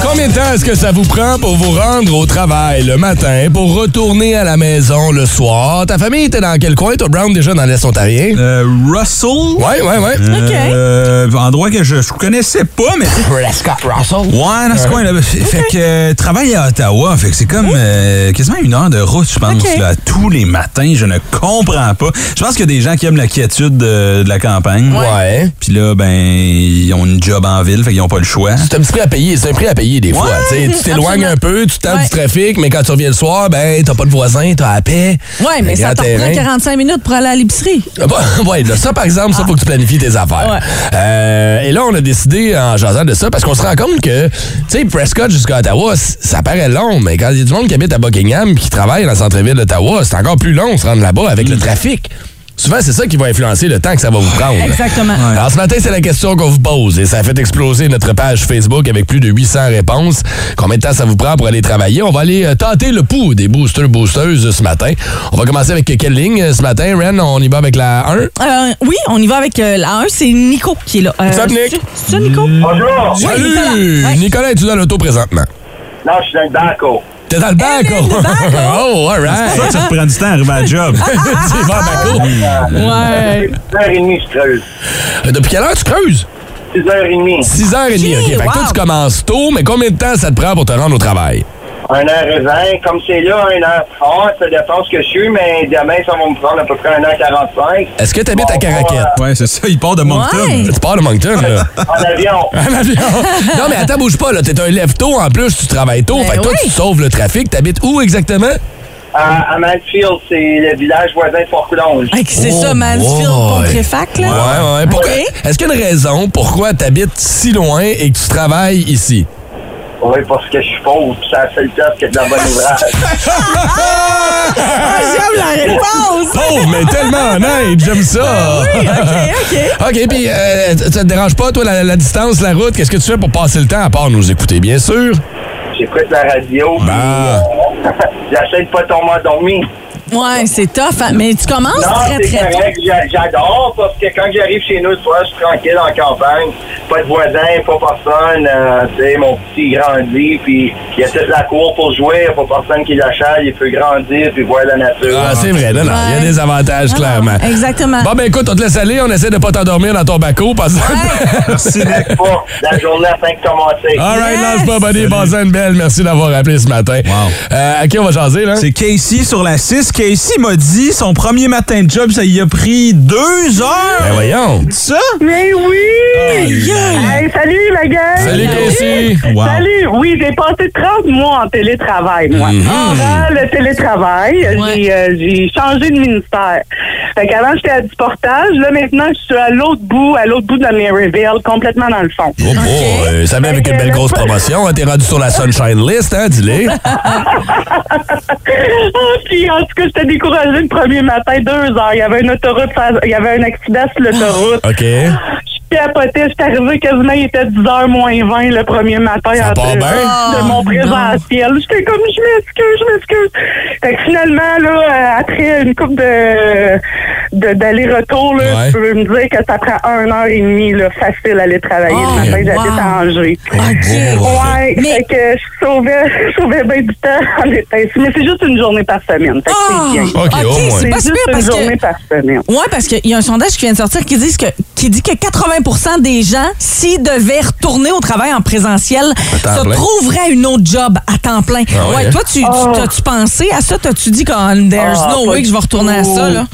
B: Combien de temps est-ce que ça vous prend pour vous rendre au travail le matin, pour retourner à la maison le soir? Ta famille était dans quel coin? Toi, Brown, déjà dans l'Est ontarien?
C: Euh, Russell?
B: Ouais, ouais, ouais.
C: Euh, endroit que je, je connaissais pas, mais.
B: Scott Russell.
C: Ouais, Ah, dans ce coin-là. Fait fait que euh, travaille à Ottawa, fait que c'est comme euh, quasiment une heure de route, je pense,
D: Ok.
C: là, tous les matins. Je ne comprends pas. Je pense qu'il y a des gens qui aiment la quiétude de, de la campagne. minimum.
B: Ouais.
C: Puis là, ben, ils ont une job en ville, fait qu'ils n'ont pas le choix.
B: C'est un petit prix à payer, c'est un prix à payer des fois.
C: Ouais,
B: tu sais. tu t'éloignes
D: absolument.
B: un peu, tu tentes du
D: Ouais.
B: trafic, mais quand tu reviens le soir, ben t'as pas de voisin, t'as la paix.
D: Ouais, mais
B: Grand
D: ça t'en prend
B: terrain.
D: 45 minutes pour aller à l'épicerie.
B: Ah, bah, ouais, là, ça par exemple, ça faut que tu planifies tes affaires.
D: Ah. Ouais.
B: Euh, et là, on a décidé en jasant de ça parce qu'on se rend compte que, tu sais, Prescott jusqu'à Ottawa, c- ça paraît long, mais quand il y a du monde qui habite à Buckingham puis qui travaille dans le centre-ville d'Ottawa, c'est encore plus long de se rendre là-bas avec le
D: Mm.
B: trafic. Souvent, c'est ça qui va influencer le temps que ça va vous prendre.
D: Exactement.
B: Alors ce matin, c'est la question qu'on vous pose et ça a fait exploser notre page Facebook avec plus de 800 réponses. Combien de temps ça vous prend pour aller travailler? On va aller euh, tenter le pouls des boosters, boosteuses euh, ce matin. On va commencer avec euh, quelle ligne euh, ce matin, Ren? On y va avec la 1?
D: Euh, oui, on y va avec euh, la 1, c'est Nico qui est là. Euh,
B: What's up, Nick?
D: c'est- C'est ça, Nico?
H: Bonjour!
B: Salut!
D: Nicolas. Ouais.
B: Nicolas, es-tu dans l'auto présentement?
H: Non, je suis dans le Daco.
B: T'es dans le bac?
D: Elle est dans Eh, le bac,
B: oh, all
C: C'est
B: right!
C: ça que ça te prend du temps à arriver à la job.
B: C'est pas Baco.
D: Ouais.
H: 6h30, je creuse.
B: Euh, Depuis quelle heure tu creuses?
H: 6h30.
B: 6h30, OK.
D: Ok,
B: Fait que toi,
D: wow.
B: tu commences tôt, mais combien de temps ça te prend pour te rendre au travail?
H: 1h20. Comme c'est là, 1h30, ça dépend ce que je suis, mais demain, ça va me prendre à peu près 1h45.
B: Est-ce que t'habites à Caraquette?
C: ouais, c'est ça, il part de Moncton.
D: Ouais.
B: Tu pars de Moncton, là?
H: Euh, En avion.
B: Un avion. Non, mais attends, bouge pas, là. T'es un lève-tôt en plus, tu travailles tôt.
D: Ben
B: fait que toi,
D: oui.
B: tu sauves le trafic. T'habites où exactement?
H: Euh, À, à Mansfield, c'est le village voisin de Fort-Coulonge.
D: Hey, c'est
B: Oh
D: ça, Mansfield,
B: boy.
D: Contrefac,
B: Ouais,
D: là?
B: ouais. Pourquoi?
D: Ok.
B: Est-ce qu'il y a une raison pourquoi t'habites si loin et que tu travailles ici?
H: Oui, parce que je suis pauvre, puis c'est la seule place qui a de la bonne ouvrage.
D: Ah, j'aime la réponse! Ben
B: Pauvre, mais tellement honnête, j'aime ça.
D: OK, OK.
B: OK, puis euh, ça te dérange pas, toi, la, la distance, la route? Qu'est-ce que tu fais pour passer le temps à part nous écouter, bien sûr?
H: J'écoute la radio, puis
B: Ah.
H: j'essaie de pas tomber endormi.
D: Ouais, c'est tough, hein, mais tu commences
H: Non,
D: très,
H: c'est
D: très tôt.
H: correct. J'a- J'adore parce que quand j'arrive chez nous, le soir, je suis tranquille en campagne. Pas de voisins, pas personne. euh, tu sais, mon petit grandit, puis il y a toute la cour pour jouer. Il n'y a pas personne qui l'achale. Il peut grandir, puis voir la nature.
B: Ah, c'est vrai, non, non. Il y a
D: Ouais. Ah,
B: des avantages, clairement.
D: Exactement.
B: Bon, ben écoute, on te laisse aller. On essaie de pas t'endormir dans ton baco. Parce...
C: Merci, Nick.
H: Laisse pas la journée afin de commencer.
B: All right, lance
D: Yes!
B: pas, Bonnie. Passez une belle. Merci d'avoir appelé ce matin.
C: Wow.
B: Euh, à qui on va jaser, là?
C: C'est Casey sur la 6. Casey m'a dit son premier matin de job, ça y a pris deux heures.
B: Ben voyons.
C: Ça?
B: Ben
A: Mais oui!
C: Yeah.
A: Hey, salut la gueule!
B: Salut, Casey.
C: Wow.
A: Salut! Oui, j'ai passé 30 mois en télétravail, moi.
B: Mm-hmm.
A: Dans le télétravail, j'ai, euh, j'ai changé de ministère. Fait qu'avant, j'étais à du portage. Là, maintenant, je suis à l'autre bout, à l'autre bout de la Maryville, complètement dans le fond.
B: Oh, oh, euh, ça vient avec une belle grosse promotion. hein. T'es rendu sur la Sunshine List, hein, dis-le.
A: Ah, Puis, en tout cas, j'étais découragée le premier matin, deux heures. Il y avait une autoroute, face- il y avait un accident sur l'autoroute.
B: Ah, OK.
A: Je capotais, je suis arrivée quasiment, il était 10h moins 20 le premier matin.
B: Ça
A: en
B: part
A: deux-
B: bien.
A: De
D: Oh,
A: mon présentiel. J'étais comme, je m'excuse, je m'excuse. Fait que finalement, là, euh, après une coupe de de- d'aller-retour, là,
B: Ouais.
A: je peux me dire que ça prend un heure et demie, là, facile, aller travailler
D: Oh,
A: le matin. J'habite
D: wow.
A: à Angers.
B: Oh,
D: OK.
A: Ouais,
D: Mais-
A: fait que je sauvais, je sauvais bien du temps en étant ici. Mais c'est juste une journée par semaine. Fait que c'est bien.
D: Ah,
B: OK, au moins.
D: c'est
A: C'est
D: pas super
A: juste une
D: parce que...
A: journée par semaine.
D: Oui, parce qu'il y a un sondage qui vient de sortir qui, disent que, qui dit que 80 des gens, s'ils devaient retourner au travail en présentiel,
B: temps
D: se
B: plein.
D: trouveraient une autre job à temps plein.
B: Ah ouais,
D: ouais,
B: hein?
D: toi, tu, tu-
A: Oh.
D: t'as-tu pensé à ça? T'as-tu dit qu'on there's
A: Ah,
D: no
A: pas
D: way que je vais
A: du
D: retourner à
A: tout.
D: ça? Là?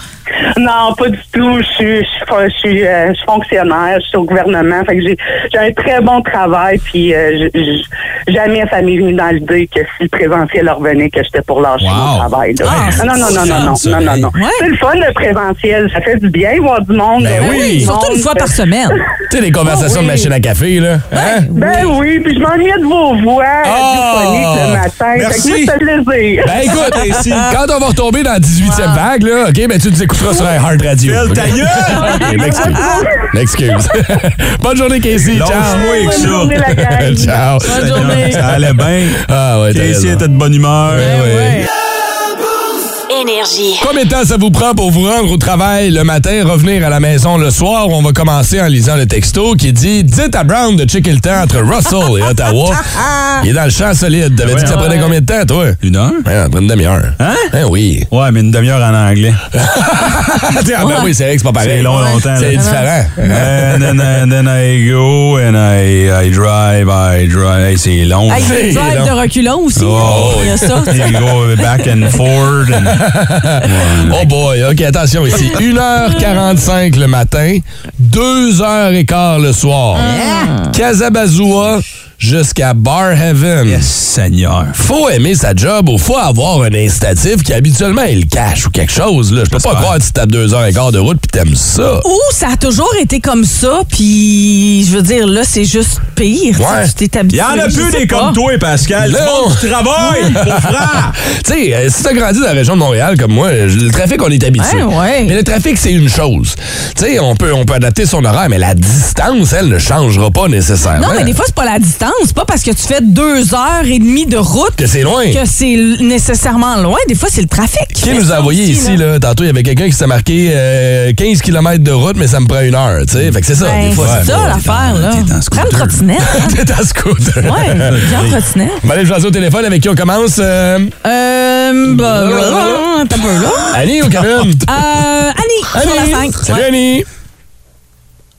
A: Non, pas du tout. Je suis, je suis, pas- je suis, euh, je suis fonctionnaire, je suis au gouvernement. Fait que j'ai, j'ai un très bon travail. Puis euh, je- je- jamais ça m'est venu dans l'idée que si le présentiel revenait, que j'étais pour lâcher
C: Wow.
A: mon travail. là.
D: Ah,
A: non, non, non, non, non,
C: c'est
A: non, non, non.
D: Ouais.
A: C'est le fun le présentiel. Ça fait du bien voir du monde.
B: Ben
A: voir
B: oui.
A: du
D: Surtout
A: monde.
D: une fois par semaine. Ah
B: Tu sais, les conversations
A: Oh, oui.
B: de machine à café, là. Hein?
A: Ben oui, puis je m'ennuyais de vos voix
B: Ah.
A: radiophoniques le matin.
C: Merci.
A: Fait que ça fait plaisir.
B: Ben écoute, quand on va retomber dans la 18e vague, là, OK, ben tu nous écouteras sur un Hard Radio.
C: Belle ta
B: OK?
C: gueule!
B: OK, m'excuse. M'excuse. Bonne journée, Casey. Ciao.
C: Lâche-moi avec
A: Bonne journée, la gang.
B: Ciao.
C: ça. Ça allait bien.
B: Ah ouais, t'as
C: Casey
B: raison. Ben
C: était de bonne humeur.
D: Ben
B: Ouais.
I: Énergie.
B: Combien de temps ça vous prend pour vous rendre au travail le matin, revenir à la maison le soir? On va commencer en lisant le texto qui dit Dites à Brown de checker le temps entre Russell et Ottawa. Il est dans le champ solide. T'avais dit que ça prenait combien de temps, toi?
C: Une heure?
B: Ouais, après Ben, une demi-heure.
C: Hein?
B: Hein, oui.
C: Ouais, mais une demi-heure en anglais.
B: Ah, t'sais, ah, ben oui, c'est vrai que c'est pas pareil.
C: C'est Euh, long, longtemps.
B: C'est
C: là.
B: différent.
C: And then, and then I go and I, I drive, I drive. Hey, c'est long.
D: Hey,
B: C'est
D: drive
B: long.
D: de reculons aussi.
C: Oh,
D: Il y a ça.
C: I go back and forth. and-
B: oh boy, ok, attention ici. 1h45 le matin, 2h15 le soir.
D: Ah.
B: Casabazoua jusqu'à Bar Heaven.
C: Seigneur.
B: Faut aimer sa job ou faut avoir un incitatif qui habituellement est le cash ou quelque chose. Là. Je peux pas croire que tu tapes 2h15 de route puis t'aimes ça.
D: Ou ça a toujours été comme ça, puis je veux dire, là, c'est juste pire.
B: Ouais.
D: Tu sais, Tu
C: Il
D: t'es habitué.
C: y en a
D: je
C: plus
D: sais
C: des
D: pas.
C: comme toi, Pascal.
B: Non.
C: Du monde qui travaille, mon frère.
B: Tu sais, euh, si t'as grandi dans la région de Montréal comme moi, euh, le trafic, on est habitué.
D: Ouais, ouais.
B: Mais le trafic, c'est une chose. Tu sais, on peut, on peut adapter son horaire, mais la distance, elle, ne changera pas nécessairement.
D: Non, mais des fois, c'est pas la distance. C'est pas parce que tu fais deux heures et demie de route
B: Que c'est loin.
D: que c'est l- nécessairement loin. Des fois, c'est le trafic.
B: Qui nous a envoyé ici, là? Tantôt, il y avait quelqu'un qui s'est marqué euh, 15 km de route, mais ça me prend une heure, tu sais. Fait que c'est ça,
D: Ben,
B: des fois.
D: c'est ça l'affaire, là.
C: t'es en
D: Prends
C: scooter.
D: une trottinette. hein.
B: T'es en scooter.
D: Ouais, viens en trottinette.
B: Bon, allez, je vais au téléphone avec qui on commence. euh,
D: Euh. bah,
B: Blablabla.
D: attends un peu, là.
B: Annie ou Karen?
D: Euh, Annie, sur la
B: Annie!
D: cinq.
B: Salut,
D: Ouais.
B: Annie!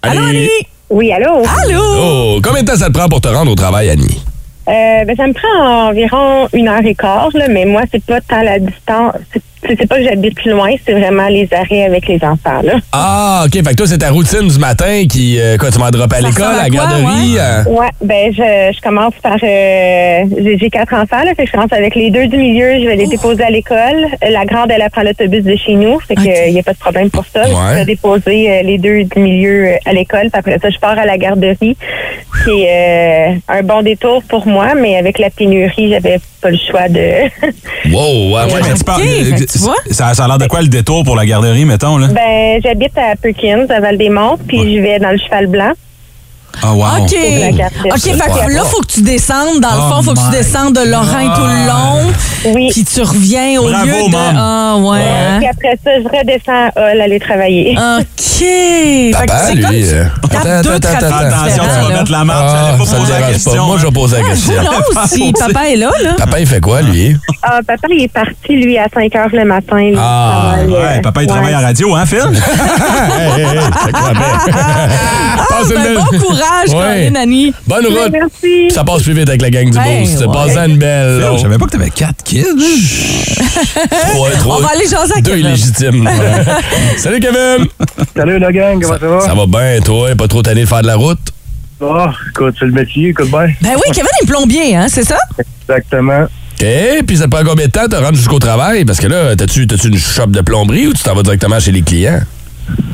D: Allô, Annie?
J: Oui, allô?
D: Allô?
B: Oh, combien de temps ça te prend pour te rendre au travail, Annie?
J: Euh, ben, ça me prend environ une heure et quart, là, mais moi, c'est pas tant la distance. C'est c'est pas que j'habite loin, c'est vraiment les arrêts avec les enfants. Là.
B: Ah, OK. Fait que toi, c'est ta routine du matin qui, euh, quoi, tu m'en droppes à
D: Ça
B: l'école, à
D: ressemble
B: la
D: à quoi,
B: garderie.
D: ouais?
B: euh,
J: Ouais, ben je, je commence par euh, j'ai j'ai quatre enfants là, fait que je commence avec les deux du milieu, je vais les déposer à l'école. Euh, La grande elle, elle prend l'autobus de chez nous, fait que
D: Ok.
J: euh, y a pas de problème pour ça.
B: Ouais.
J: Je vais déposer euh, les deux du milieu euh, à l'école, puis après ça je pars à la garderie. C'est euh, un bon détour pour moi, mais avec la pénurie, j'avais pas le choix de
B: Wow, ouais, ouais.
C: Ouais, mais tu parles-
D: fait que tu vois.
C: ça, ça a l'air de quoi le détour pour la garderie, mettons, là?
B: Hein?
J: Ben, j'habite à Perkins, à Val-des-Monts, puis je vais dans le Cheval Blanc.
C: Ah, wow.
D: OK.
J: la garderie.
D: OK, fait que là, faut que tu descendes, dans le
C: Oh
D: fond, faut que
C: my
D: tu descendes de Lorraine tout le long,
J: Oui.
D: puis tu reviens au
C: Bravo,
D: lieu de...
C: Mom.
D: Ah, ouais. hein?
J: Puis après ça, je redescends à Hall aller travailler.
D: OK. Fait que
B: Papa,
D: c'est
B: lui,
D: comme tu
B: euh,
D: tapes
B: attends,
D: deux
B: attends,
D: trafics
B: attends, attends.
C: Attention, tu
D: différents,
C: vas
D: là.
C: mettre la marque. J'allais
B: Ah,
C: pas
B: ça me
C: poser la
B: dérange pas.
C: question.
B: Moi, je vais poser la
D: Ah,
B: question.
D: vous, là aussi, papa est là, là.
B: Papa, il fait quoi, lui?
J: Ah, papa, il est parti, lui, à 5 heures le matin. Là,
B: Ah,
J: Il travaille,
C: Ouais,
J: euh,
C: papa, il
J: ouais.
C: travaille en radio, hein, Phil?
B: Hey, hey, hey, je te crois bien.
D: Ah,
B: Passe une
D: ben,
B: belle-
D: bon courage,
B: Ouais.
D: Caroline, Annie.
B: Bonne route.
J: Merci.
B: Ça passe plus vite avec la gang du
D: Hey,
B: Boost.
D: ouais.
B: Passez une belle.
C: Phil, Je savais pas que t'avais quatre kids.
B: Trois, trois,
D: On va aller jaser à
B: Deux
D: Kevin.
B: illégitimes. Salut, Kevin!
F: Salut la gang, comment ça va?
B: Ça va bien, toi? Pas trop tanné de faire de la route?
F: Ah, écoute, c'est le métier, écoute bien.
D: Ben oui, Kevin est plombier, hein, c'est ça?
F: Exactement.
B: OK, puis ça te prend combien de temps de te rendre jusqu'au travail? Parce que là, t'as-tu t'as-tu une shop de plomberie ou tu t'en vas directement chez les clients?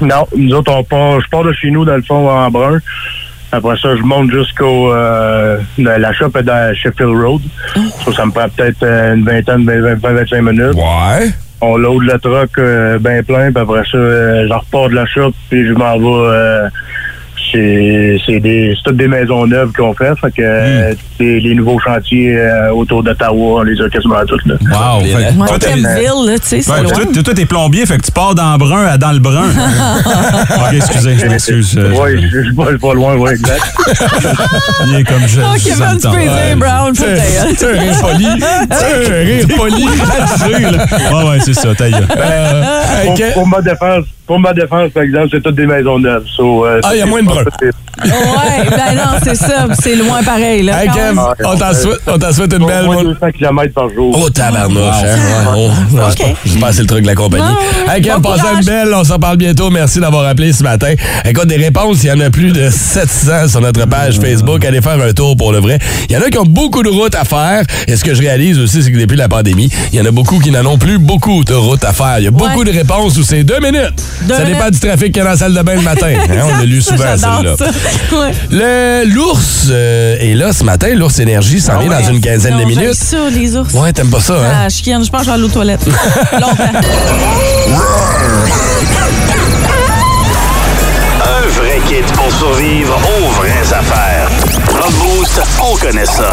F: Non, nous autres, on part, je pars de chez nous, dans le fond, en brun. Après ça, je monte jusqu'au... euh, la shop est dans Sheffield Road.
C: Oh.
F: Ça, ça me prend peut-être euh, une vingtaine, 20, 25 minutes.
B: Ouais.
F: On load le truck euh, ben plein, puis après ça, euh, je repars de la shop, puis je m'en vais... euh, c'est c'est des c'est toutes des maisons neuves qu'on fait, fait que
C: Hmm.
F: euh, les, les nouveaux chantiers euh, autour d'Ottawa, on les a quasiment toutes là.
C: Wow.
B: Bien, hein?
C: fait-
D: Moi,
C: Toi, t'es-
D: Quelleville, là, tu sais, c'est
C: Ouais,
D: loin.
C: toi, toi, toi, t'es plombier, fait que tu pars dans brun à dans le brun. ok, excusez, je m'excuse. euh,
F: Oui,
C: je-
F: je suis pas, je suis pas loin, oui, exact.
C: Il est comme je.
D: Oh,
C: je
D: Kevin, tu
C: entends.
D: peux dire, Brown, pour ta gueule.
B: C'est un rire poli. C'est un rire poli.
C: Ouais, ouais, c'est ça, ta gueule.
B: Euh,
F: Pour,
B: ok.
F: pour ma défense, pour ma défense, par exemple, c'est toutes des maisons neuves. So, euh,
B: Ah, il y a moins de bruns.
D: Ouais, ben non, c'est ça. puis C'est loin pareil, là.
B: Hey,
D: Quand
B: Kev,
D: même.
B: on t'en souhaite, on t'en souhaite une
F: Ah, Au
B: belle
F: moins
B: bonne.
F: 200 km par jour.
B: Oh, tabarnouche, hein? Ouais, oh, non, c'est pas- J'ai passé le truc de la compagnie.
D: Non, ouais,
B: Hey, Kev,
D: bon
B: passez une
D: courage.
B: belle. On s'en parle bientôt. Merci d'avoir appelé ce matin. Écoute, des réponses, il y en a plus de 700 sur notre page Facebook. Allez faire un tour pour le vrai. Il y en a qui ont beaucoup de routes à faire. Et ce que je réalise aussi, c'est que depuis la pandémie, il y en a beaucoup qui n'en ont plus beaucoup de routes à faire. Il y a beaucoup de réponses où c'est deux minutes.
D: Deux
B: ça dépend
D: minutes.
B: du trafic qu'il y a dans la salle de bain le matin. Hein, on l'a lu
D: Ça,
B: souvent, celle-là.
D: j'adore ça. Ouais.
B: Le l'ours euh, est là ce matin. L'ours énergie s'en vient dans une quinzaine de
D: Ah Non, j'aime
B: minutes.
D: ça, les ours.
B: Ouais, t'aimes pas ça, hein?
D: Ah, je je pense que je vais aller aux toilettes. Longtemps.
A: Un vrai kit pour survivre aux vraies affaires. Dans le Boost, on connaît ça.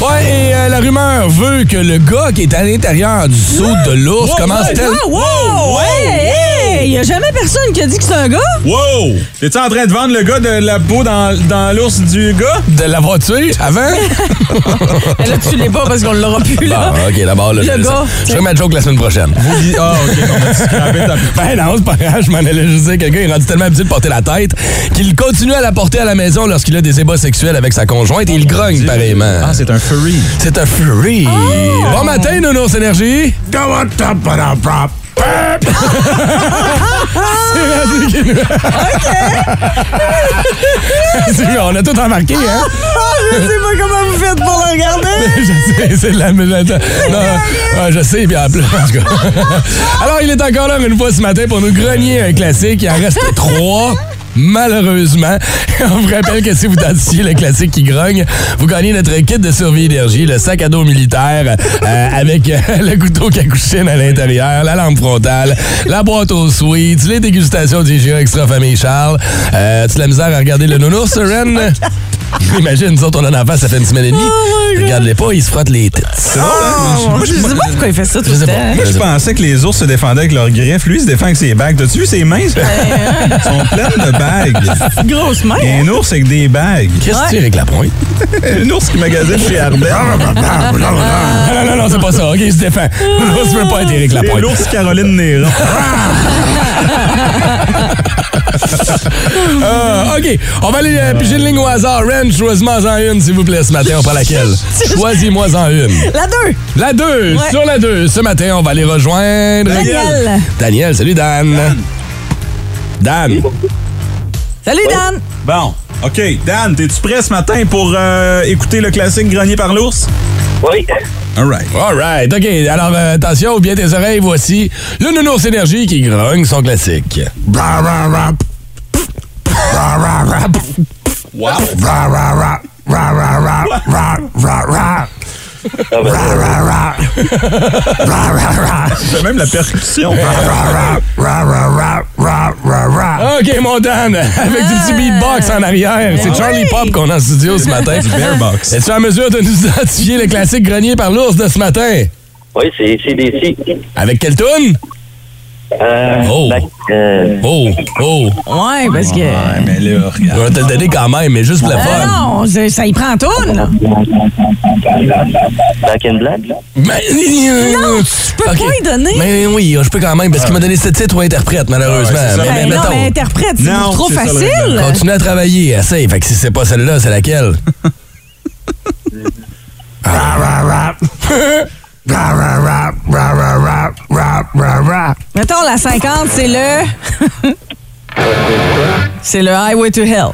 B: Ouais, et euh, la rumeur veut que le gars qui est à l'intérieur du saut de l'ours commence tel-
D: Wow, wow, ouais, hey, il n'y a jamais personne qui a dit que c'est un gars.
C: Wow! T'es-tu en train de vendre le gars de la peau dans, dans l'ours du gars?
B: De l'avoir tué avant?
D: Mais là, tu l'es pas parce qu'on l'aura plus, là.
B: Bon, ok, d'abord, là,
D: Le
B: je-
D: gars,
B: je ferai ma joke la semaine prochaine.
C: Ah, OK. On va te scraper ta-
B: Ben non, c'est pas grave, je m'en allais juste dire. Quelqu'un est rendu tellement habitué de porter la tête qu'il continue à la porter à la maison lorsqu'il a des ébats sexuels avec sa conjointe et il grogne pareillement.
C: Oh Ah, c'est un furry.
B: c'est un fury. Bon matin, Nounours Énergie. Comment t'as pas C'est On a tout embarqué, hein?
D: Ah, Je sais pas comment vous faites pour le regarder.
B: je sais, c'est de la mélodie. Non, ouais, je sais, puis en plus, en tout cas. Alors, il est encore là une fois ce matin pour nous grogner un classique. Il en reste trois. Malheureusement, on vous rappelle que si vous identifiez le classique qui grogne, vous gagnez notre kit de survie énergie, le sac à dos militaire euh, avec euh, le couteau qui à l'intérieur, la lampe frontale, la boîte aux sweets, les dégustations du GA Extra Famille Charles. Euh, As-tu de la misère à regarder le nounours, Ren? Imagine, nous autres, on en a en face, ça fait une semaine et demie. Regarde-les pas, ils se frottent les têtes.
D: Ah,
B: hein?
D: Moi, je sais pas pourquoi il fait ça tout
B: Je
D: le
B: sais pas.
D: temps.
C: Je pensais que les ours se défendaient avec leurs griffes. Lui, il se défend avec ses bagues. T'as-tu vu ses mains? Elles sont pleines de bagues.
D: hein. Grosse hein?
C: Il y a
D: mère.
C: un ours avec des bagues.
B: Qu'est-ce que tu fais avec la pointe?
C: Un ours qui magasine chez Herbert.
B: Non, non, non, c'est pas ça. OK, je défends. Non, tu veux pas être Éric
C: C'est
B: Lapointe.
C: l'ours Caroline Néron.
B: Ah, OK, on va aller euh, piger une ligne au hasard. Ren, choisis-moi-en une, s'il vous plaît, ce matin. On prend laquelle? Choisis-moi-en une.
D: La deux.
B: La 2,
D: Ouais.
B: sur la 2. Ce matin, on va aller rejoindre...
D: Daniel.
B: Daniel, salut Dan. Dan.
D: Salut, Dan.
C: Bon, OK. Dan, t'es-tu prêt ce matin pour euh, écouter le classique Grenier par l'ours?
F: Oui.
C: All right.
B: All right, OK. Alors, euh, attention, ou bien tes oreilles, voici le nounours énergie qui grogne son classique.
C: J'ai même la percussion. Ah.
B: OK, mon Dan, avec du petit beatbox en arrière. C'est Charlie Pop qu'on a en studio ce matin. Du
C: beatbox.
B: Es-tu en mesure de nous identifier le classique grenier par l'ours de ce matin?
F: Oui, c'est c'est des si.
B: Avec quelle tune?
F: Euh,
B: Oh.
F: la- euh,
B: Oh, oh.
D: Ouais, parce que.
C: Ouais, mais là,
B: On
C: regarde.
B: va te le donner quand même, mais juste pour la
D: Ah
B: fun.
D: non, ça ça y prend tout, là.
F: Back in Black. là.
B: Mais, non,
D: tu peux pas y donner.
B: Mais oui, je peux quand même, parce qu'il m'a donné ce titre ou interprète, malheureusement.
C: Ah ouais, c'est ça.
B: mais, mais
D: Ben non,
B: mettons,
D: mais interprète, c'est
C: Non,
D: beaucoup trop
C: c'est ça, le
D: facile.
B: continue à travailler, essaye. Fait que si c'est pas celle-là, c'est laquelle?
D: Mettons, la 50, c'est le... c'est le Highway to Hell.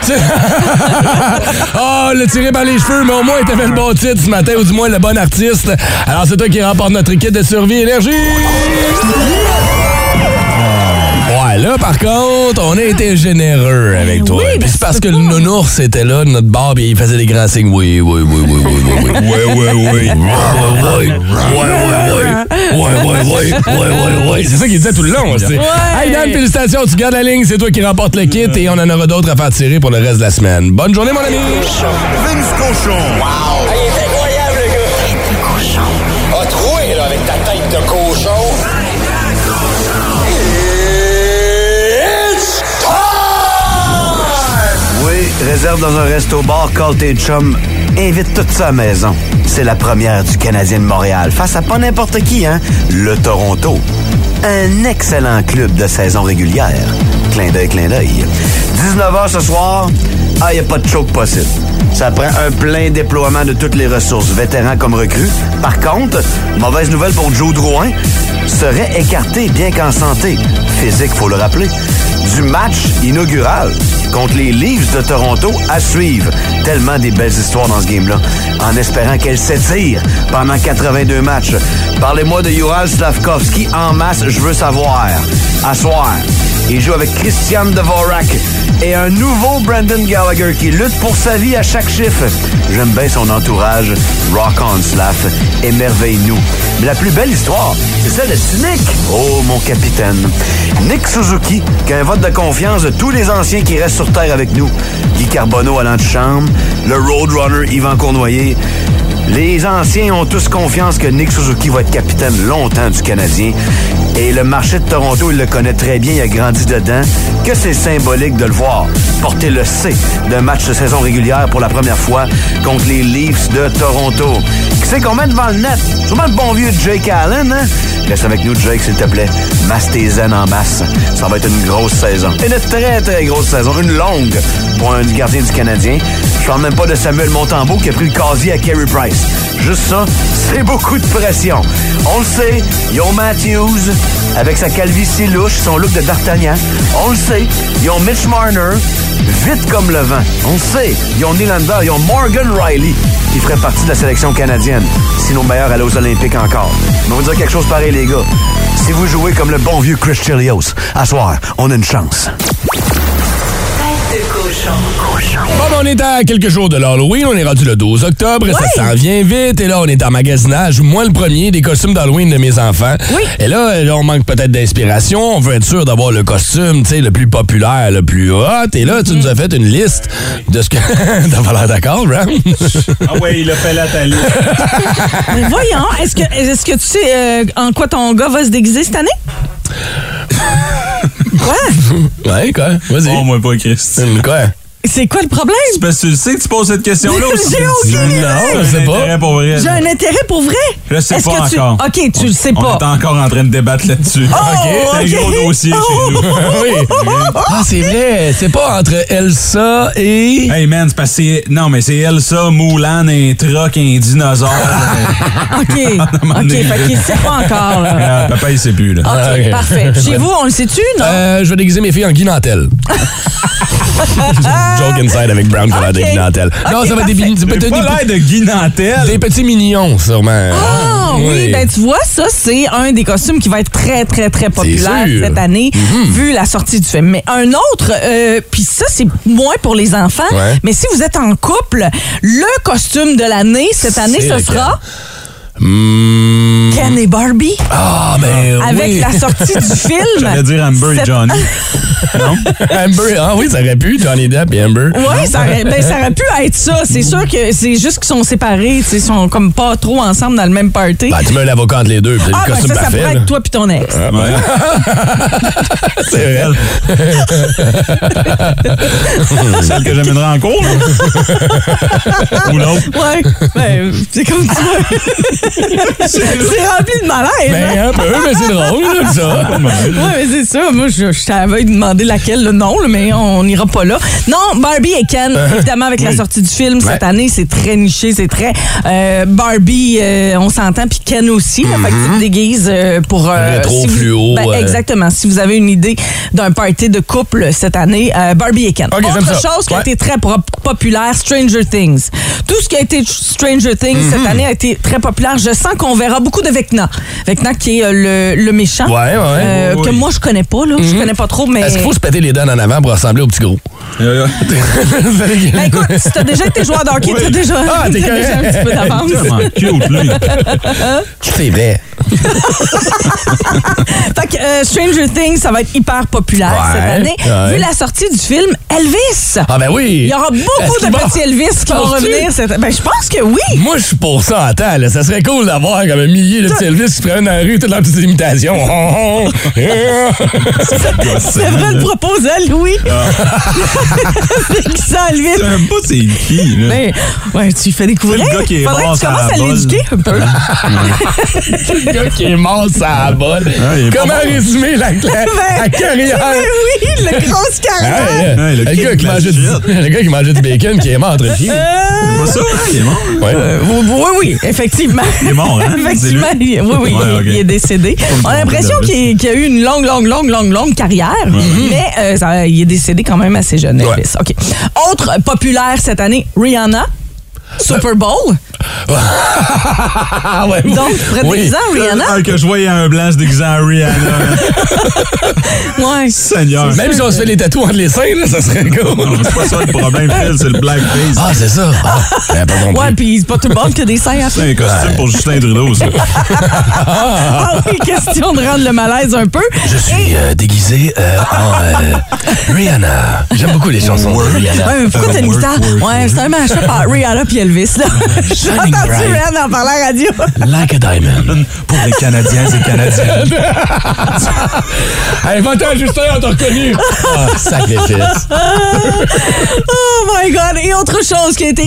B: Oh, le tiré par les cheveux, mais au moins, t'avais le bon titre ce matin, ou du moins le bon artiste. Alors, c'est toi qui remporte notre équipe de survie énergie. Ouais, là, par contre, on a été généreux avec toi.
D: oui,
B: Puis
D: ben,
B: c'est parce
D: c'est
B: que le
D: pas-
B: nounours était là, notre bar, puis il faisait des grands signes. Oui, oui, oui, oui, oui, oui, oui. Oui, oui, oui. Oui, oui,
D: Ah,
B: oui. Oui, oui, oui. Oui, oui, oui. Oui, oui, oui. C'est ça qu'il disait tout le long. c'est- Hey, Dan, félicitations. Tu gardes la ligne. C'est toi qui remporte le kit et on en aura d'autres à faire tirer pour le reste de la semaine. Bonne journée, mon ami.
A: Ah, il est incroyable, le gars! Tête de cochon. A troué, là, avec ta tête de cochon. It's time!
K: Oui, réserve dans un resto-bar, call tes chums, invite toute sa maison. C'est la première du Canadien de Montréal, face à pas n'importe qui, hein, le Toronto. Un excellent club de saison régulière. Clin d'œil, clin d'œil. 19h ce soir, ah, y a pas de choke possible. Ça prend un plein déploiement de toutes les ressources, vétérans comme recrues. Par contre, mauvaise nouvelle pour Joe Drouin, serait écarté bien qu'en santé. Physique, faut le rappeler. Du match inaugural contre les Leafs de Toronto à suivre. Tellement des belles histoires dans ce game-là. En espérant qu'elle s'étire pendant 82 matchs. Parlez-moi de Ural Slavkovski en masse, je veux savoir. À soir, il joue avec Christian Dvorak et un nouveau Brandon Gallagher qui lutte pour sa vie à chaque chiffre. J'aime bien son entourage. Rock on, Slav. Émerveille-nous. Mais la plus belle histoire, c'est celle de Nick. Oh, mon capitaine. Nick Suzuki, qui a un vote de confiance de tous les anciens qui restent sur Terre avec nous. Guy Carbonneau à l'antichambre, le Roadrunner Yvan Cournoyer. Les anciens ont tous confiance que Nick Suzuki va être capitaine longtemps du Canadien. Et le marché de Toronto, il le connaît très bien, il a grandi dedans. Que c'est symbolique de le voir porter le C d'un match de saison régulière pour la première fois contre les Leafs de Toronto. Qui c'est qu'on met devant le net? Sûrement le bon vieux Jake Allen, hein? Reste avec nous, Jake, s'il te plaît. Masse tes zen en masse. Ça va être une grosse saison. Une très, très grosse saison. Une longue pour un gardien du Canadien. Je parle même pas de Samuel Montembeau qui a pris le casier à Carey Price. Juste ça, c'est beaucoup de pression. On le sait, ils ont Matthews avec sa calvitie louche, son look de D'Artagnan. On le sait, ils ont Mitch Marner, vite comme le vent. On le sait, ils ont Nylander, ils ont Morgan Riley qui ferait partie de la sélection canadienne si nos meilleurs allaient aux Olympiques encore. Mais on va vous dire quelque chose pareil, les gars. Si vous jouez comme le bon vieux Chris Chelios, à soir, on a une chance.
B: Bon, ben, on est à quelques jours de l'Halloween. On est rendu le 12 octobre. Ça s'en vient vite. Et là, on est en magasinage. Moi, le premier, des costumes d'Halloween de mes enfants. Et là, là, on manque peut-être d'inspiration. On veut être sûr d'avoir le costume, tu sais, le plus populaire, le plus hot. Et là, tu nous as fait une liste de ce que... T'as pas l'air d'accord, Ram?
C: Ah ouais, il a fait la taille.
D: Mais Ben, voyons, est-ce que, est-ce que tu sais euh, en quoi ton gars va se déguiser cette année? Quoi?
B: Ouais, quoi? Vas-y.
C: Bon, Oh, moi, pas Christ.
B: Quoi?
D: C'est quoi le problème?
C: C'est parce que tu le sais que tu poses cette question-là aussi.
D: J'ai aucune idée.
C: Non, je sais pas. Pour vrai,
D: J'ai un intérêt pour vrai?
C: Je sais
D: Est-ce
C: pas
D: que tu-
C: encore.
D: OK, tu le sais
C: On
D: pas.
C: est encore en train de débattre là-dessus.
D: Oh,
C: C'est un
D: ok.
C: gros dossier chez nous.
B: oui. Ah, c'est vrai. C'est pas entre Elsa et...
C: Hey man, c'est parce que c'est- Non, mais c'est Elsa, Moulin, un truck, un dinosaure.
D: OK. OK, fait qu'il sait pas encore, là.
C: Ah, papa, il sait plus, là.
D: OK,
B: Ah, ok.
D: parfait. Chez vous, on le sait-tu, non?
B: Euh, je vais déguiser mes filles en guinantelle. Joke inside avec Brown pour l'air de
D: Ok.
B: guinantelle. Non,
D: Ok,
B: ça va être des, mini- peut-être
C: T'as
B: des,
C: pas l'air de Guy Nantel.
B: petits- des petits mignons, sûrement.
D: Ah oui, ben tu vois, ça, c'est un des costumes qui va être très, très, très
B: sûr.
D: populaire
B: Mm-hmm.
D: cette année, vu la sortie du film. Mais un autre, euh, puis ça, c'est moins pour les enfants,
B: Ouais.
D: mais si vous êtes en couple, le costume de l'année cette année,
B: C'est
D: ce
B: lequel?
D: sera
B: Hmm.
D: Ken et Barbie,
B: Ah, ben
D: avec
B: oui.
D: la sortie du film.
C: J'allais dire Amber et
D: Sept-
C: Johnny. non?
B: Amber, ah oui, ça aurait pu, Johnny Depp et Amber.
D: Oui, ça, aurait- ben, ça aurait pu être ça. C'est sûr que c'est juste qu'ils sont séparés, tu sais, ils sont comme pas trop ensemble dans le même party.
B: Ben, tu mets un avocat entre les deux, puis t'as
D: ah,
B: le
D: ben
B: costume
D: ça, ça
B: parfait.
D: pourrait
B: là. Ah,
D: être toi puis ton ex.
C: Ouais.
B: C'est elle.
C: Celle que j'amènerai en cours, là. Ou l'autre.
D: Ouais, ben, c'est comme tu veux. c'est rempli de malaise. hein?
B: Ben, un peu, mais c'est drôle, là, ça.
D: Ouais, mais c'est ça. Moi, je, je t'avais demandé laquelle, le nom, là, mais on n'ira pas là. Non, Barbie et Ken, évidemment, avec la sortie du film cette année, c'est très niché, c'est très. euh, Barbie, euh, on s'entend, puis Ken aussi. là, fait que tu te déguises euh, pour. euh,
B: Mm-hmm. Rétro,
D: vous-
B: fluo,
D: ben,
B: euh.
D: Exactement. Si vous avez une idée d'un party de couple cette année, euh, Barbie et Ken.
B: Ok, j'aime
D: Autre
B: ça.
D: chose qui a
B: Ouais.
D: été très pro- populaire, Stranger Things. Tout ce qui a été Stranger Things
B: Mhm.
D: cette année a été très populaire. Je sens qu'on verra beaucoup de Vecna. Vecna qui est euh, le, le méchant.
B: Ouais, ouais.
D: Euh,
C: Oui.
D: que moi je connais pas là, je connais pas trop mais
B: Est-ce qu'il faut se péter les dents en avant pour ressembler au petit gros?
C: Euh,
D: Ben, écoute, si t'as déjà été joueur d'hockey,
C: Oui.
D: t'as déjà,
B: Ah, t'es
D: t'as
B: correct.
D: déjà un petit peu d'avance.
C: Tellement cute, lui.
B: C'est vrai.
D: fait que euh, Stranger Things, ça va être hyper populaire
B: Ouais,
D: cette année.
B: ouais.
D: Vu la sortie du film Elvis.
B: Ah, ben oui.
D: Il y aura beaucoup
B: Est-ce
D: de
B: qu'il va-
D: petits Elvis qui vont
B: Penses-tu?
D: revenir. cette- Ben, je pense que oui.
B: Moi, je suis pour ça en temps. Là. Ça serait cool d'avoir comme un millier de petits Elvis qui se prennent dans la rue, toutes leurs petites imitations. Hon, hon.
D: C'est vrai le proposer à Louis. C'est que ça, Elvis.
C: Ah. Je sais même pas c'est qui, là.
D: Ben, ouais, tu fais découvrir.
C: C'est le gars qui est
D: Faudrait
C: mort
D: que tu
C: sur la
D: commences à
C: balle.
D: l'éduquer un peu.
B: Hein? le gars qui est mort ça bol.
D: Ah,
C: il est pas
B: Comment
C: mort.
B: résumer la, la, la carrière?
D: Ben oui, le grosse carrière.
B: Hey,
C: Ouais, le
B: le, gars
C: king
B: qui
C: de la
B: mangeait du,
C: shit.
B: le gars qui mangeait du bacon qui est mort entre pieds.
C: C'est pas ça, hein? Il est mort.
B: Ouais.
D: Euh, oui, oui, effectivement.
C: Il est mort, hein?
D: effectivement,
C: C'est lui?
D: il, oui, oui,
C: Ouais,
D: il-
C: ok.
D: il est décédé. On a l'impression qu'il qu'il a eu une longue, longue, longue, longue, longue carrière, mais euh, ça- il est décédé quand même assez jeune,
B: Ouais.
D: Elvis. OK. Autre populaire cette année, Rihanna. Super Bowl.
B: Ah ouais. oui.
D: Donc, près de
B: Oui.
D: 10 ans, Rihanna.
C: Ah, que je voyais un blanc se déguisant en Rihanna.
D: Ouais.
C: Seigneur.
B: Même si on se fait les tatouages entre les seins, là, ça serait cool.
C: Non, C'est pas ça le problème, Phil, c'est le blackface.
B: Ah, c'est ça. Ah, j'avais pas compris.
D: Ouais, puis c'est pas tout le monde qui a des seins à
C: Ben, C'est un costume pour Justin Trudeau, ça.
D: Ah oui, question de rendre le malaise un peu.
B: Je suis euh, déguisé euh, en euh, Rihanna. J'aime beaucoup les chansons de Rihanna.
D: Ouais, mais pourquoi t'as une
C: Work,
D: guitare?
C: work,
D: Ouais, c'est un match par Rihanna puis Elvis, là. J'ai
L: Shining
D: entendu
L: bright.
D: Ren en parlant à la radio.
L: Like a diamond.
C: Ah.
L: Pour les Canadiens et Canadiennes.
B: Hey, va-t'en, Justin, on t'a reconnu. Ah, sac des fesses.
D: oh my God! Et autre chose qui a été
B: Ah.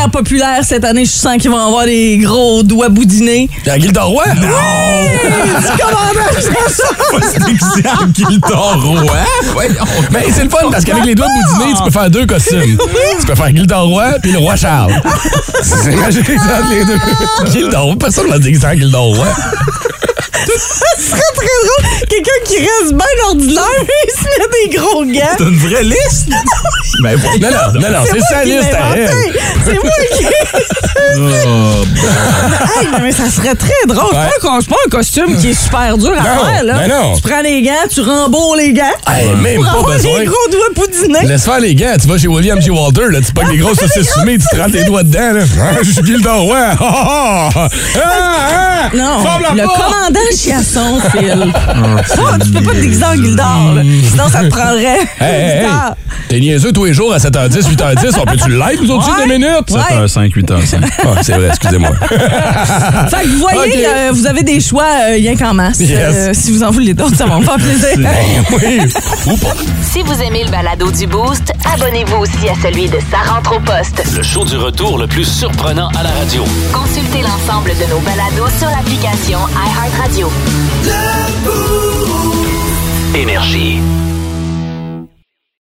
D: hyper populaire cette année, je sens qu'ils vont avoir des gros doigts boudinés.
B: La Guilde Roy?
D: Non! du commandant
C: hein?
B: Mais c'est le fun parce qu'avec les doigts de boudiner, tu peux faire deux costumes. Tu peux faire Gildan Roy puis le roi Charles. C'est magique entre les deux. Gildan Roy, personne m'a dit que c'est Gildan Roy.
D: Ce serait très drôle. Quelqu'un qui reste bien ordinaire, il se met des gros gants.
C: T'as une vraie liste?
B: Ben, non, non, non, non, c'est
D: moi
B: sa
D: qui l'ai
B: liste à elle.
D: inventé. C'est moi qui. Hey, mais ça serait très drôle.
B: Ouais.
D: C'est pas un- C'est pas un costume qui est super dur à
B: Non,
D: faire, là.
B: ben non.
D: Tu prends les gants, tu rembours les gants.
B: Hey, même
D: pour
B: pas
D: avoir
B: besoin.
D: les gros doigts poudinés.
B: Laisse faire les gants. Tu vas chez William G. Walter, là, tu pognes des grosses saucisses fumées, tu te rends tes doigts dedans. Là. Ah, je suis Gildan Roy. Ah, ah, ah.
C: hein?
B: Ah, ah.
D: Non,
B: Ferme la
D: le
B: porte.
D: commandant Chiasson, Phil.
B: Ah,
D: Oh, tu peux pas te déguiser en Gildor, là. Sinon, ça te prendrait.
B: Hein? Hey, hey, hey.
D: Gildor.
B: T'es niaiseux tous les jours à 7h10, 8h10. On peut-tu le live, nous autres,
D: Ouais.
B: deux minutes?
D: Ouais.
C: 7h05, 8h05.
B: Ah, c'est vrai, excusez-moi.
D: Fait que vous
B: Ok.
D: voyez, euh, vous avez des choix euh, rien qu'en masse.
B: Yes. Ben
D: Euh, si vous en voulez d'autres, ça va me faire plaisir.
B: oui, ou pas.
I: Si vous aimez le balado du Boost, abonnez-vous aussi à celui de Sa rentre au poste.
A: Le show du retour le plus surprenant à la radio.
I: Consultez l'ensemble de nos balados sur l'application iHeartRadio.
A: Énergie.